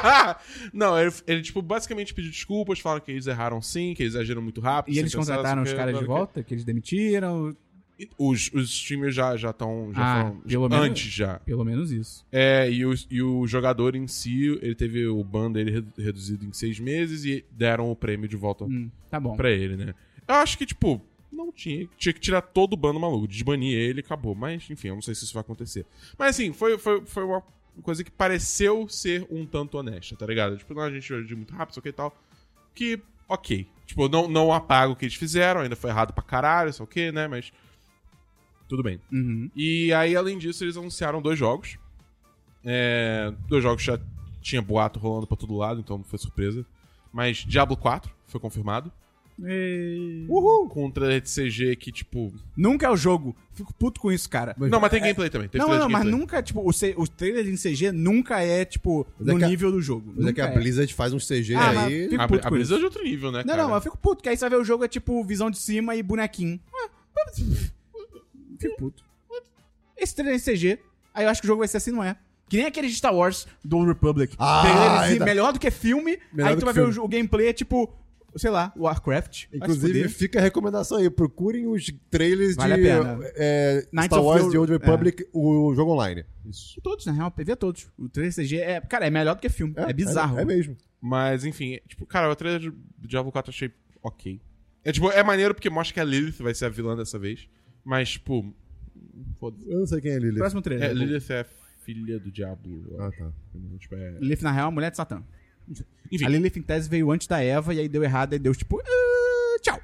D: Não, ele, ele, tipo, basicamente pediu desculpas, falaram que eles erraram sim, que eles agiram muito rápido.
A: e
D: sem
A: eles
D: pensar,
A: contrataram
D: assim,
A: os
D: que-
A: caras de
D: que-
A: volta, que eles demitiram.
D: E Os, os streamers já já estão. Já
A: Ah,
D: foram-
A: pelo menos-
D: antes já.
A: Pelo menos isso.
D: É, e o, e o jogador em si, ele teve o ban dele redu- reduzido em seis meses e deram o prêmio de volta
A: Hum, tá bom.
D: pra ele, né? Eu acho que, tipo, Não tinha. Tinha que tirar todo o bando maluco, desbanir ele e acabou. Mas, enfim, eu não sei se isso vai acontecer. Mas, assim, foi, foi, foi uma coisa que pareceu ser um tanto honesta, tá ligado? Tipo, não, a gente agiu muito rápido, só que e tal. Que, ok. Tipo, não, não apago o que eles fizeram, ainda foi errado pra caralho, sei o que, né? Mas. Tudo bem.
A: Uhum.
D: E aí, além disso, eles anunciaram dois jogos. É, dois jogos que já tinha boato rolando pra todo lado, então não foi surpresa. Mas Diablo 4 foi confirmado. Uhul! Com um trailer de CG que, tipo.
A: Nunca é o jogo. Fico puto com isso, cara.
D: não, mas tem gameplay também. Tem
A: é. não,
D: trailer
A: não,
D: de
A: mas
D: gameplay.
A: nunca, tipo, o, C- o trailer de CG nunca é, tipo,
B: Mas é
A: no
B: que a-
A: nível do jogo.
B: Mas é que
A: Nunca
B: a Blizzard faz uns CG
A: Ah, mas
B: aí.
A: fico
D: A,
A: puto
D: a
A: com isso.
D: Blizzard é de outro nível, né?
A: Não,
D: cara?
A: não, eu fico puto, que aí você vai ver o jogo, é tipo visão de cima e bonequinho. Ah, fico puto. Esse trailer de CG, aí eu acho que o jogo vai ser assim, não é? Que nem aquele de Star Wars do Old Republic.
B: Ah,
A: trailer de-
B: ainda-
A: melhor do que filme,
B: Melhor
A: aí
B: do
A: tu
B: que
A: vai ver o, jo- o gameplay, é tipo, sei lá, Warcraft. vai se
B: Inclusive,
A: fuder.
B: fica a recomendação aí. Procurem os trailers
A: Vale a
B: de
A: pena.
B: é,
A: Knights
B: Star
A: of
B: Wars
A: the-
B: The Old
A: é.
B: Republic, o jogo online.
A: Isso. Todos, na real, vê todos. O trailer de CG é, cara, é melhor do que filme. É, bizarro.
B: É, mesmo.
D: Mas, enfim, é, tipo, cara, o trailer de Diablo 4 eu achei ok. É, tipo, é maneiro porque mostra que a Lilith vai ser a vilã dessa vez. Mas, tipo. Foda-se.
B: Eu não sei quem é Lily.
A: Próximo trailer.
D: É, Lilith é filha do Diablo. eu
B: Ah,
D: acho.
B: tá.
D: Tipo, é-
A: Lilith, na real, é a mulher de Satã.
D: Enfim.
A: A Lilith, em tese, veio antes da Eva e aí deu errado, aí Deus, tipo, "Ah, tchau.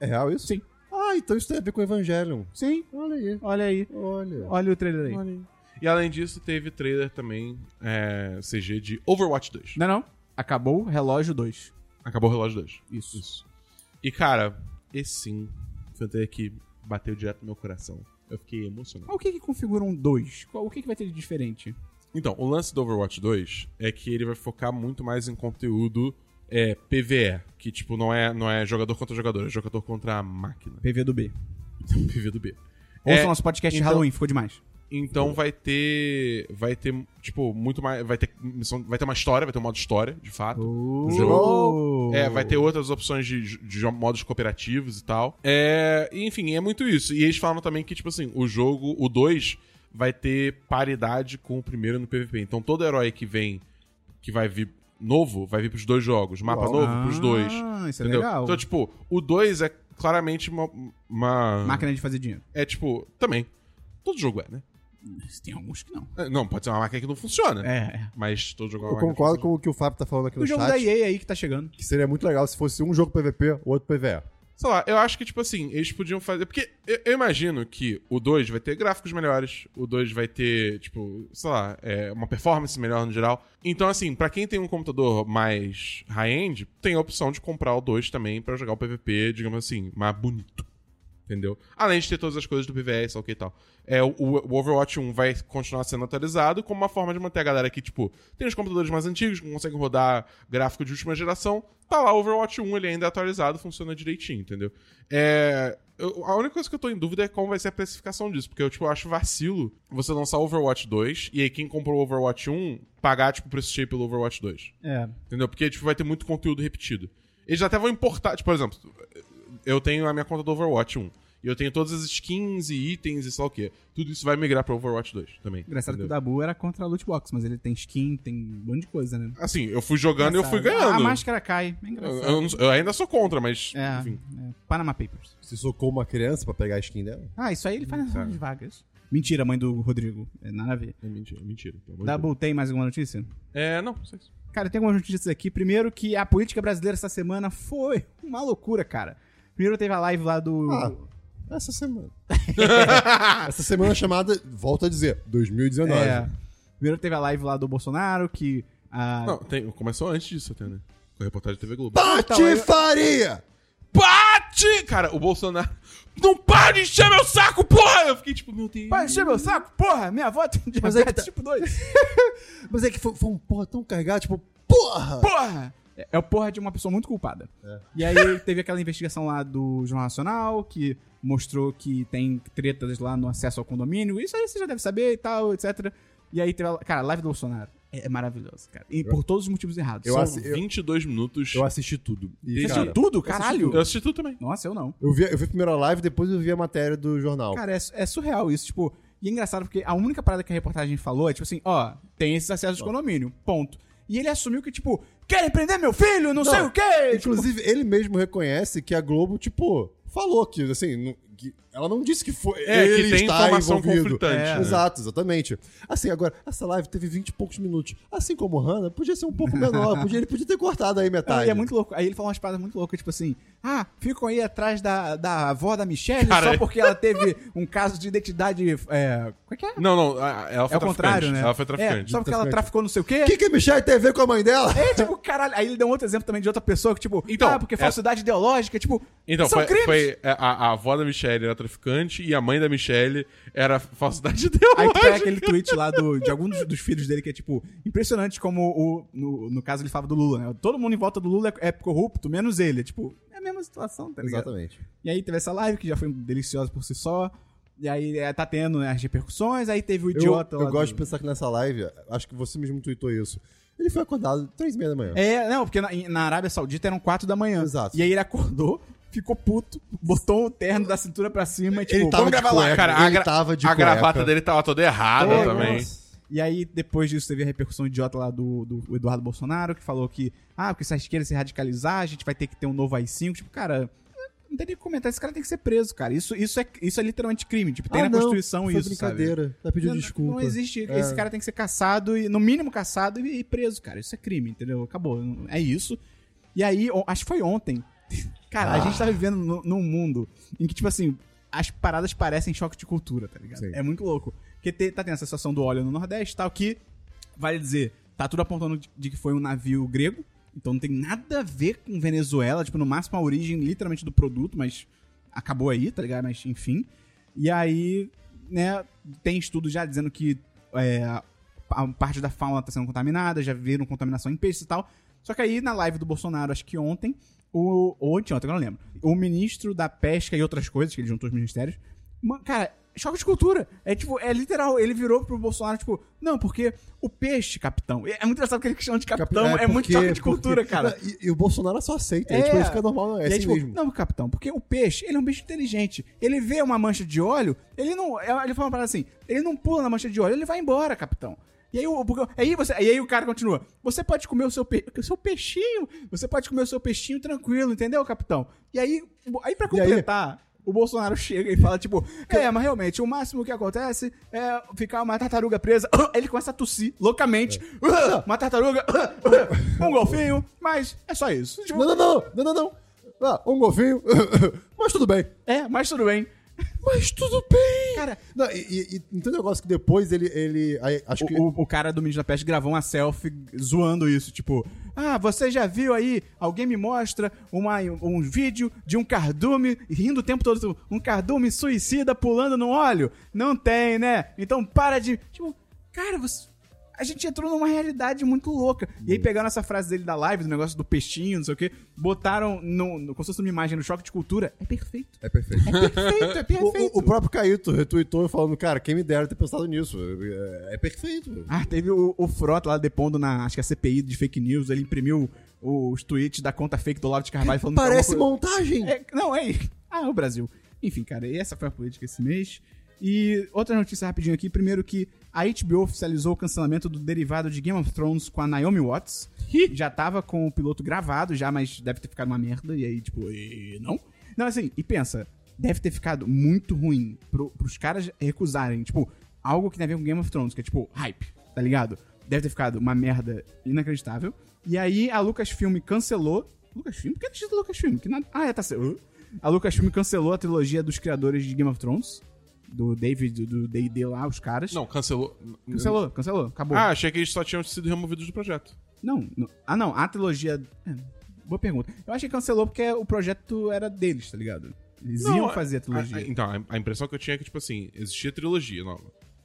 B: É real isso?
A: Sim.
B: Ah, então isso tem a ver com o Evangelion.
A: Sim,
B: Olha aí.
A: olha aí.
B: Olha.
A: Olha o trailer aí.
B: Olha aí.
D: E além disso, teve trailer também é, CG de Overwatch 2.
A: Não, não. Acabou o relógio 2.
D: Acabou o relógio 2.
A: Isso.
D: E, cara, esse sim foi um trailer que bateu direto no meu coração. Eu fiquei emocionado.
A: Mas o que que configura um 2? O que que vai ter de diferente?
D: Então, o lance do Overwatch 2 é que ele vai focar muito mais em conteúdo é, PVE, que, tipo, não é, não é jogador contra jogador, é jogador contra a máquina.
A: PV do B.
D: PV do B.
A: Ouça
D: É,
A: o nosso podcast de
D: então-
A: Halloween, ficou demais.
D: Então vai ter. Vai ter, tipo, muito mais. Vai ter missão. Vai ter uma história, vai ter um modo história, de fato.
A: O
D: jogo. É, vai ter outras opções de, de jo- modos cooperativos e tal. É, e, enfim, é muito isso. E eles falam também que, tipo assim, o jogo, o 2, vai ter paridade com o primeiro no PVP. Então todo herói que vem, que vai vir novo, vai vir pros dois jogos. Mapa novo pros dois.
A: Ah, isso é
D: entendeu?
A: legal.
D: Então, tipo, ah. o 2 é claramente uma. uma-
A: Máquina de fazer dinheiro.
D: É tipo, também. Todo jogo é, né?
A: Tem alguns que não.
D: É, Não, pode ser uma máquina que não funciona.
A: É.
D: Mas todo jogo é
B: Eu
D: uma máquina que
B: concordo
D: funciona.
B: com o que o Fábio tá falando aqui
A: O
B: no
A: jogo
B: chat.
A: da EA aí que tá chegando.
B: Que seria muito legal se fosse um jogo PVP, o outro PVE.
D: Sei lá, eu acho que, tipo assim, eles podiam fazer. Porque eu, eu imagino que o 2 vai ter gráficos melhores, o 2 vai ter, tipo, sei lá, é, uma performance melhor no geral. Então, assim, pra quem tem um computador mais high-end, tem a opção de comprar o 2 também pra jogar o PVP, digamos assim, mais bonito. Entendeu? Além de ter todas as coisas do PVE, sei lá o que e tal. É, o, o Overwatch 1 vai continuar sendo atualizado como uma forma de manter a galera que, tipo, tem os computadores mais antigos, que conseguem rodar gráfico de última geração. Tá lá o Overwatch 1, ele ainda é atualizado, funciona direitinho, entendeu? É, eu- a única coisa que eu tô em dúvida é como vai ser a precificação disso, porque eu, tipo, acho vacilo você lançar o Overwatch 2 e aí quem comprou o Overwatch 1 pagar, tipo, o preço cheio pelo Overwatch 2.
A: É.
D: Entendeu? Porque, tipo, vai ter muito conteúdo repetido. Eles até vão importar, tipo, por exemplo, eu tenho a minha conta do Overwatch 1. E eu tenho todas as skins e itens e sei lá o quê. Tudo isso vai migrar pra Overwatch 2 também.
A: Engraçado que o
D: entendeu?
A: Dabu era contra a loot box, mas ele tem skin, tem um monte de coisa, né?
D: Assim, eu fui jogando e eu fui
A: Engraçado. A
D: ganhando.
A: máscara cai. É
D: Eu,
A: engraçado.
D: eu não- eu ainda sou contra, mas.
A: É,
D: Enfim.
A: é. Panama Papers.
B: Você socou uma criança pra pegar a skin dela?
A: Ah, isso aí ele faz nas horas vagas. Mentira, mãe do Rodrigo. É nada a ver.
D: É mentira, é mentira. pelo amor de
A: Dabu, tem mais alguma notícia?
D: Deus. É, não, não sei. se-
A: Cara, tem algumas notícias aqui. Primeiro que a política brasileira essa semana foi uma loucura, cara. Primeiro teve a live lá do...
B: Ah, essa semana. essa semana chamada, volto a dizer, 2019.
A: é, primeiro teve a live lá do Bolsonaro, que... ah, A...
D: Não, tem- começou antes disso até, né? Com a reportagem da TV Globo.
B: Então, Patifaria!
D: Bate! Cara, o Bolsonaro. Não para de encher meu saco, porra! Eu fiquei tipo, meu Deus.
A: Pai, encher meu saco, porra! Minha avó tem
B: Mas é que
A: diabetes
B: tá-
A: tipo 2.
B: Mas é que foi, foi um porra tão carregado, tipo, porra!
A: Porra! É, é o porra de uma pessoa muito culpada. E aí teve aquela investigação lá do Jornal Nacional, que mostrou que tem tretas lá no acesso ao condomínio. Isso aí você já deve saber e tal, etc. E aí teve a... Cara, a live do Bolsonaro é é maravilhosa, cara. E por todos os motivos errados.
B: Eu
A: São-
B: assi- eu-
D: 22 minutos.
B: Eu é assisti tudo. E,
A: Você
D: Desde-
B: cara,
A: assistiu tudo,
D: Caralho!
A: caralho?
D: Eu assisti tudo também.
A: Nossa, eu não.
B: eu, vi, eu vi primeiro a live, depois eu vi a matéria do jornal.
A: Cara, é, su- é surreal isso, tipo... E é engraçado porque a única parada que a reportagem falou é tipo assim, ó, tem esses acessos de condomínio, ponto. E ele assumiu que, tipo, querem prender meu filho, não, sei o quê. tipo,
B: Inclusive, ele mesmo reconhece que a Globo, tipo, falou que, assim, não- que ela não disse que foi.
D: É,
B: ele
D: que tem
B: está
D: informação
B: envolvido.
D: conflitante.
A: É.
D: né?
B: Exato, exatamente. Assim, agora, essa live teve 20 e poucos minutos. Assim como o Hannah, podia ser um pouco menor. podia- ele podia ter cortado aí
A: Ah,
B: metade.
A: e é muito louco. Aí ele fala umas paradas muito loucas, tipo assim: Ah, ficam aí atrás da, da avó da Michelle
D: Cara,
A: só porque ela teve um caso de identidade. É, como é que é?
D: Não, não, a- a- ela foi
A: É o
D: traficante.
A: contrário, né?
D: Ela foi
A: É,
D: traficante.
A: só porque ela
B: Traficante.
A: traficou não sei o quê.
B: O que, que a Michelle tem a ver com a mãe dela?
A: É, tipo, caralho. Aí ele deu um outro exemplo também de outra pessoa que, tipo,
D: Então,
A: ah, porque
D: é-
A: falsidade ideológica, tipo,
D: Então,
A: são
D: foi,
A: crimes.
D: foi- a, a avó da Michelle era traficante e a mãe da Michelle era falsidade
A: Aí tu pega
D: ideológica.
A: aquele tweet lá do, de algum dos, dos filhos dele que é, tipo, impressionante como o. No, no caso, ele falava do Lula, né? Todo mundo em volta do Lula é, é corrupto, menos ele. É, Tipo, é a mesma situação, tá ligado?
B: Exatamente.
A: E aí teve essa live que já foi deliciosa por si só. E aí é, tá tendo né, as repercussões, aí teve o idiota
B: eu,
A: lá.
B: eu gosto de
A: do...
B: pensar que nessa live, acho que você mesmo tweetou isso. Ele foi acordado três e meia da manhã.
A: É, não, porque na, em- na Arábia Saudita eram quatro da manhã.
B: Exato.
A: E aí ele acordou, ficou puto, botou o terno da cintura pra cima e tipo,
B: Ele tá- tava
A: vamos
B: de
A: gravar lá.
B: cueca.
D: Cara, a,
B: Ele
D: gra-
B: tava de
D: a
B: cueca. Ah,
D: gravata dele tava toda errada
A: É,
D: também.
A: E aí, depois disso, teve a repercussão idiota lá do, do Eduardo Bolsonaro, que falou que, ah, porque se a esquerda se radicalizar, a gente vai ter que ter um novo AI-5. Tipo, cara, não tem nem o que comentar, esse cara tem que ser preso, cara. Isso, isso, é, isso é literalmente crime. Tipo, tem
B: Ah,
A: na
B: não,
A: Constituição
B: foi
A: isso, sabe?
B: brincadeira. Tá pedindo
A: Não, é
B: desculpa. É.
A: Não existe. Esse cara tem que ser caçado, e, no mínimo caçado e, e preso, cara. Isso é crime, entendeu? Acabou. É isso. E aí, o- acho que foi ontem. Cara,
B: Ah.
A: a gente tá vivendo nu- num mundo em que, tipo assim, as paradas parecem choque de cultura, tá ligado?
B: Sim.
A: É muito louco. Porque te- tá tendo essa situação do óleo no Nordeste e tal, que, vale dizer, tá tudo apontando de- de que foi um navio grego. Então não tem nada a ver com Venezuela. Tipo, no máximo a origem literalmente do produto, mas acabou aí, tá ligado? Mas enfim. E aí, né, tem estudo já dizendo que é, a parte da fauna tá sendo contaminada, já viram contaminação em peixes e tal. Só que aí na live do Bolsonaro, acho que ontem, o, ou anteontem, agora eu não lembro, o ministro da pesca e outras coisas, que ele juntou os ministérios, ma- cara, choque de cultura. É tipo, é literal, ele virou pro Bolsonaro, tipo, não, porque o peixe, capitão, é é muito engraçado que ele chama de capitão, é, muito
B: porque-
A: choque de cultura,
B: porque-
A: cara.
B: Não, E, e o Bolsonaro só aceita. É,
A: É.
B: tipo, ele fica normal, não, é
A: E aí,
B: assim
A: tipo,
B: mesmo.
A: não, capitão, porque o peixe, ele é um bicho inteligente. Ele vê uma mancha de óleo, ele não. Ele fala uma parada assim, ele não pula na mancha de óleo, ele vai embora, capitão. E aí, o, porque- aí, você, e aí o cara continua. Você pode comer o seu, pe, o seu peixinho. Você pode comer o seu peixinho tranquilo, entendeu, capitão? E aí, aí pra
B: E aí?
A: completar, o Bolsonaro chega e fala, tipo, é, mas realmente, o máximo que acontece é ficar uma tartaruga presa. Ele começa a tossir loucamente.
B: É.
A: Uma tartaruga, um golfinho, mas é só isso. Tipo,
B: Não, não, não, não, não, não. Ah, um golfinho. Mas tudo bem.
A: é, mas tudo bem.
B: Mas tudo bem.
A: Cara,
B: Não, e, e, e não tem um negócio que depois ele. ele aí, acho que.
A: o, o- o cara do Ministro da Peste gravou uma selfie zoando isso, tipo, ah, você já viu aí? Alguém me mostra uma, um vídeo de um cardume rindo o tempo todo, um cardume suicida pulando no óleo? Não tem, né? Então para de. Tipo, cara, você. A gente entrou numa realidade muito louca. E aí pegaram essa frase dele da live, do negócio do peixinho, não sei o quê, botaram no, no, como se fosse uma imagem no choque de cultura. É perfeito.
B: É perfeito.
A: É perfeito, é
B: O,
A: perfeito.
B: o- o próprio Caíto retweetou falando, cara, quem me dera ter pensado nisso. É, é perfeito.
A: Ah, teve o, o Frota lá depondo na, acho que é a CPI de fake news, ele imprimiu os tweets da conta fake do Olavo de Carvalho falando
B: Parece
A: que é alguma
B: montagem.
A: coisa- É, não, é. Ah, o Brasil. Enfim, cara, e essa foi a política esse mês. E outra notícia rapidinho aqui. Primeiro que a HBO oficializou o cancelamento do derivado de Game of Thrones com a Naomi Watts. já tava com o piloto gravado já, mas deve ter ficado uma merda. E aí, tipo, e não? Não, assim, e pensa, deve ter ficado muito ruim pro, pros caras recusarem, tipo, algo que tem a ver com Game of Thrones, que é tipo, hype, tá ligado? Deve ter ficado uma merda inacreditável. E aí a Lucasfilm cancelou. Lucasfilm? Por que que diz Lucasfilm? Que nada... Ah, é, tá certo. A Lucasfilm cancelou a trilogia dos criadores de Game of Thrones. Do David, do do D&D lá, os caras.
D: Não, cancelou.
A: Cancelou, cancelou, acabou.
D: Ah, achei que eles só tinham sido removidos do projeto.
A: Não, não- Ah, não. A trilogia. é, boa pergunta. Eu acho que cancelou porque o projeto era deles, tá ligado? Eles
D: Não,
A: iam
D: a-
A: fazer a trilogia.
D: A- a- então, a- a impressão que eu tinha é que, tipo assim, existia trilogia nova.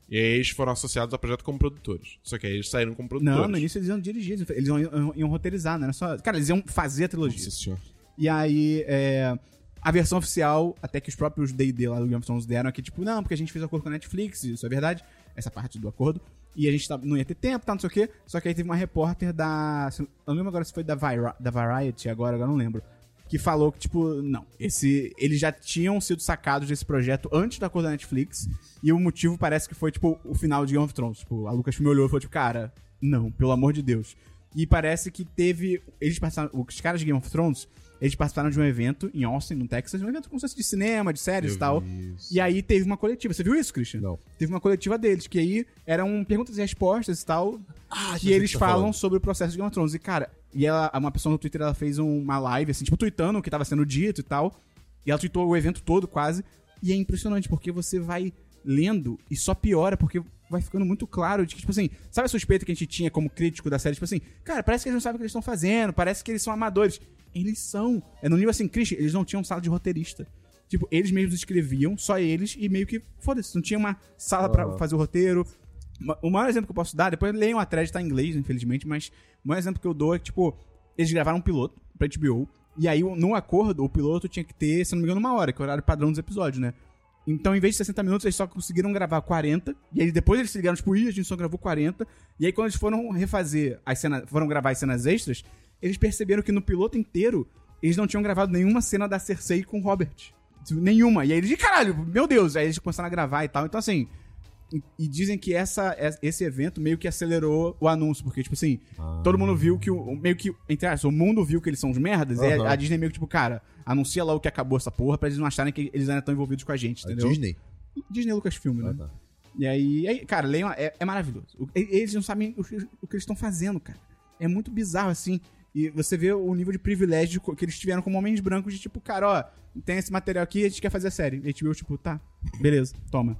D: E aí eles foram associados ao projeto como produtores. Só que aí eles saíram como produtores.
A: não, no início eles iam dirigir, eles iam- eles iam, iam- iam roteirizar, não era só. Cara, eles iam fazer a trilogia.
D: Nossa senhora.
A: E aí, é, a versão oficial, até que os próprios D&D lá do Game of Thrones deram, é que tipo, não, porque a gente fez um acordo com a Netflix, isso é verdade, essa parte do acordo, e a gente tá- não ia ter tempo, tá, não sei o quê, só que aí teve uma repórter da, se- eu não lembro agora se foi da, Vira- da Variety, agora, agora eu não lembro, que falou que, tipo, não, esse, eles já tinham sido sacados desse projeto antes do acordo da Netflix, e o motivo parece que foi, tipo, o final de Game of Thrones, tipo, a Lucasfilm olhou e falou, tipo, cara, não, pelo amor de Deus, E parece que teve. Eles passaram. Os caras de Game of Thrones, eles participaram de um evento em Austin, no Texas, um evento como se fosse de cinema, de séries e tal. E aí teve uma coletiva. Você viu isso, Christian?
B: Não.
A: Teve uma coletiva deles, que aí eram perguntas e respostas e tal.
B: Ah, já sei
A: que eles
B: o que tá
A: falam
B: falando.
A: sobre o processo de Game of Thrones. E, cara, e ela, uma pessoa no Twitter ela fez uma live, assim, tipo, tweetando o que tava sendo dito e tal. E ela tweetou o evento todo, quase. E é impressionante, porque você vai lendo e só piora, porque vai ficando muito claro de que, tipo assim, sabe a suspeita que a gente tinha como crítico da série? Tipo assim, cara, parece que eles não sabem o que eles estão fazendo, parece que eles são amadores. Eles são. É no nível assim, Christian, eles não tinham sala de roteirista. Tipo, eles mesmos escreviam, só eles, e meio que, foda-se, não tinha uma sala pra fazer o roteiro. Ma- O maior exemplo que eu posso dar, depois leiam a thread, tá em inglês, infelizmente, mas o maior exemplo que eu dou é que, tipo, eles gravaram um piloto pra HBO, e aí, num acordo, o piloto tinha que ter, se eu não me engano, uma hora, que é o horário padrão dos episódios, né? Então, em vez de 60 minutos, eles só conseguiram gravar 40. E aí depois eles se ligaram, tipo, ih, a gente só gravou 40. E aí, quando eles foram refazer as cenas, foram gravar as cenas extras, eles perceberam que no piloto inteiro, eles não tinham gravado nenhuma cena da Cersei com o Robert. Tipo, Nenhuma. E aí eles, caralho, meu Deus! Aí eles começaram a gravar e tal. Então, assim. E, e dizem que essa, es- esse evento meio que acelerou o anúncio, porque, tipo assim, todo mundo viu que o. o- Meio que. Entre aspas, o mundo viu que eles são os merdas. E
B: Aham.
A: a, a Disney meio que, tipo, cara, anuncia logo que acabou essa porra pra eles não acharem que eles ainda estão envolvidos com a gente,
B: A
A: entendeu?
B: Disney?
A: Disney Lucas Filme, né?
B: Ah, tá.
A: E aí, aí, cara, leiam, é, é maravilhoso. O- e- eles não sabem o, que- o que eles estão fazendo, cara. É muito bizarro, assim. E você vê o nível de privilégio co- que eles tiveram como homens brancos de tipo, cara, ó, tem esse material aqui, a gente quer fazer a série. E a HBO, tipo, tá, beleza, toma.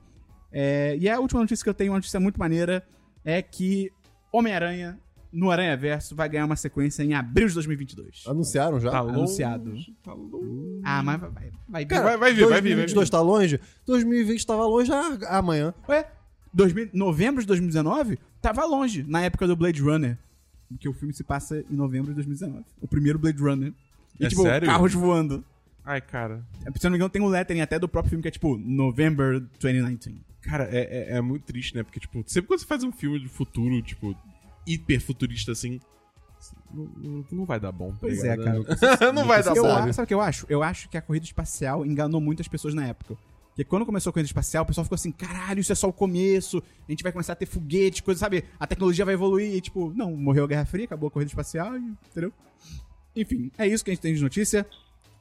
A: É, e a última notícia que eu tenho, uma notícia muito maneira, é que Homem-Aranha, no Aranha Verso, vai ganhar uma sequência em abril de 2022.
B: Anunciaram já?
D: Tá longe,
A: anunciado.
D: Tá longe.
A: Ah, mas vai, vai, vai.
D: Cara, vai, vai vir, vai vir. Vai
B: 2022
D: vir.
B: tá longe? 2020 tava longe ah, amanhã.
A: Ué, 2000 novembro de 2019 tava longe, na época do Blade Runner. Porque o filme se passa em novembro de 2019. O primeiro Blade Runner. E,
D: É
A: tipo,
D: sério?
A: carros voando.
D: Ai, cara.
A: Se eu não me engano, tem um lettering até do próprio filme que é tipo November 2019.
D: Cara, é, é, é muito triste, né? Porque, tipo, sempre quando você faz um filme de futuro, tipo, hiper futurista assim, não, não- não vai dar bom. tá
A: Pois
D: ligado?
A: é, cara.
D: não vai dar
A: eu,
D: bom.
A: a- sabe o que eu acho? Eu acho que a corrida espacial enganou muitas pessoas na época. Porque quando começou a corrida espacial, o pessoal ficou assim, caralho, isso é só o começo, a gente vai começar a ter foguete, coisa, sabe? A tecnologia vai evoluir e, tipo, não, morreu a Guerra Fria, acabou a corrida espacial, e- entendeu? Enfim, é isso que a gente tem de notícia.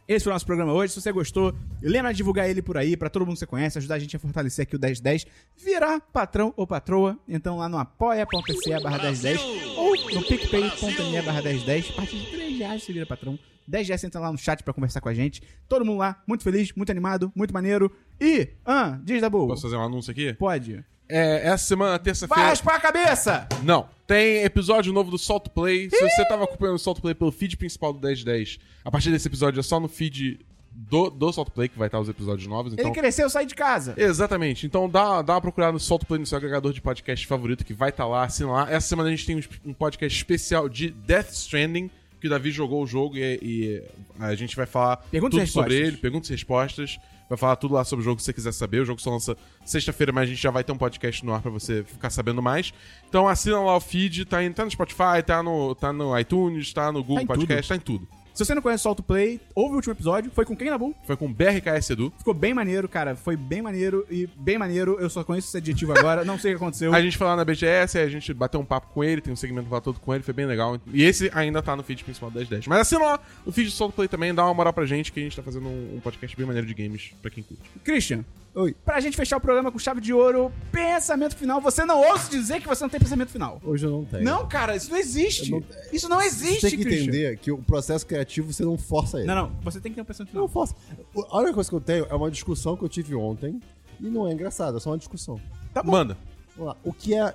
A: Esse foi o nosso programa hoje. Se você gostou, lembra de divulgar ele por aí, pra todo mundo que você conhece, ajudar a gente a fortalecer aqui o 1010, virar patrão ou patroa. Então lá no apoia.se barra 1010 ou no picpay.me barra 1010. A partir de 3 reais você vira patrão. 10 reais você entra lá no chat pra conversar com a gente. Todo mundo lá, muito feliz, muito animado, muito maneiro. E, ah, diz da boa.
D: Posso fazer um anúncio aqui?
A: Pode.
D: É, essa semana, terça-feira.
A: Faz pra cabeça!
D: Não. Tem episódio novo do Solto Play. Se você tava acompanhando o Solto Play pelo feed principal do 1010, a partir desse episódio é só no feed do, do Solto Play que vai estar os episódios novos. Então...
A: Ele cresceu, sai de casa.
D: Exatamente. Então dá, dá uma procurada no Solto Play no seu agregador de podcast favorito que vai estar lá, assina lá. Essa semana a gente tem um, um podcast especial de Death Stranding, que o Davi jogou o jogo e, e a gente vai falar
A: Perguntas e
D: tudo sobre
A: respostas.
D: ele, perguntas e respostas. Vai falar tudo lá sobre o jogo se você quiser saber. O jogo só lança sexta-feira, mas a gente já vai ter um podcast no ar pra você ficar sabendo mais. Então assina lá o feed, tá, em, tá no Spotify, tá no, tá no iTunes, tá no Google
A: Tá em
D: Podcast, tá em tudo.
A: Se você não conhece o Solto Play, ouve o último episódio. Foi com quem, Nabu?
D: Foi com o BRKS Edu.
A: Ficou bem maneiro, cara. Foi bem maneiro e bem maneiro. Eu só conheço esse adjetivo agora. Não sei o que aconteceu.
D: A gente foi lá na BGS, aí a gente bateu um papo com ele, tem um segmento lá todo com ele, foi bem legal. E esse ainda tá no feed principal das 10. Mas assina lá o feed do Solo Play também, dá uma moral pra gente, que a gente tá fazendo um, um podcast bem maneiro de games pra quem curte.
A: Christian.
B: Oi.
A: Pra gente fechar o programa com chave de ouro, pensamento final. Você não ouça dizer que você não tem pensamento final.
B: Hoje eu não tenho.
A: Não, cara, isso não existe. Isso não existe,
B: É. Você tem que
A: Christian.
B: entender que o processo criativo você não força ele.
A: Não, não. Você tem que ter um pensamento final.
B: Não força. O- A única coisa que eu tenho é uma discussão que eu tive ontem e não é engraçada, é só uma discussão.
A: Tá bom.
D: Manda.
B: Vamos lá. O que é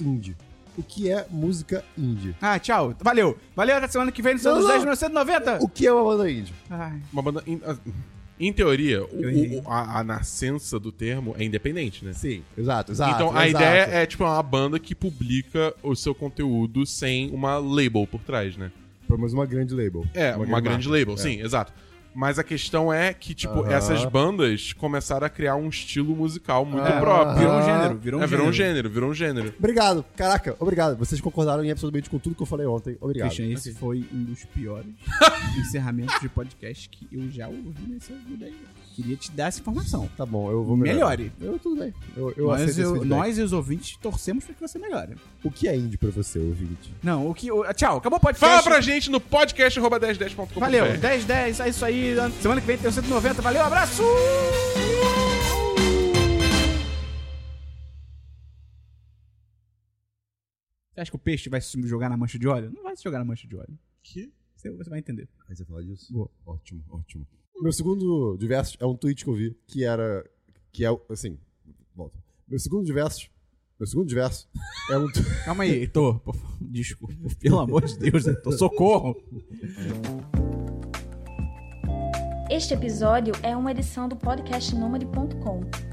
B: indie? O que é música indie?
A: Ah, tchau. Valeu. Valeu até semana que vem, nos
B: Não,
A: anos
B: não.
A: 10, 1990.
B: O que é uma banda indie?
A: Ai.
D: Uma banda. Em, a- em teoria, o-
A: errei.
D: o- a, a nascença do termo é independente, né?
B: Sim. Exato, exato.
D: então a
B: exato.
D: ideia é, tipo, uma banda que publica o seu conteúdo sem uma label por trás, né?
B: Pelo menos uma grande label.
D: É, uma, grande
B: marca.
D: label, sim, exato. Mas a questão é que, tipo,
B: Aham.
D: essas bandas começaram a criar um estilo musical muito
B: É,
D: próprio.
A: Virou um
B: Ah.
A: gênero. Virou um
D: é, virou um
A: gênero.
D: gênero, virou um gênero.
B: Obrigado. Caraca, obrigado. Vocês concordaram em absolutamente com tudo que eu falei ontem. Obrigado.
A: Christian, esse foi um dos piores encerramentos de podcast que eu já ouvi nessa vida aí. Queria te dar essa informação.
B: Tá bom, eu vou melhorar.
A: Melhore.
B: Eu tudo bem. Eu, eu aceito
A: nós,
B: esse
A: eu-
B: feedback.
A: nós e os ouvintes torcemos pra que você melhore.
B: O que é indie pra você, ouvinte?
A: Não, o que. o- tchau, acabou o podcast.
D: Fala pra gente no podcast arroba 1010.com.br.
A: Valeu, 10, 10, é isso aí. Semana que vem tem o 190. Valeu, abraço! Você acha que o peixe vai se jogar na mancha de óleo? Não vai se jogar na mancha de óleo.
D: Que?
A: Você, você vai entender.
B: Aí você fala disso?
A: Boa.
B: Ótimo, ótimo. Meu segundo diversos é um tweet que eu vi, que era. Que é. o- Assim, volta. Meu segundo diversos. Meu segundo diverso é um. tu-
A: Calma aí, Heitor. por favor, Desculpa, pelo amor de Deus, Heitor. Socorro!
G: Este episódio é uma edição do podcast Nômade.com,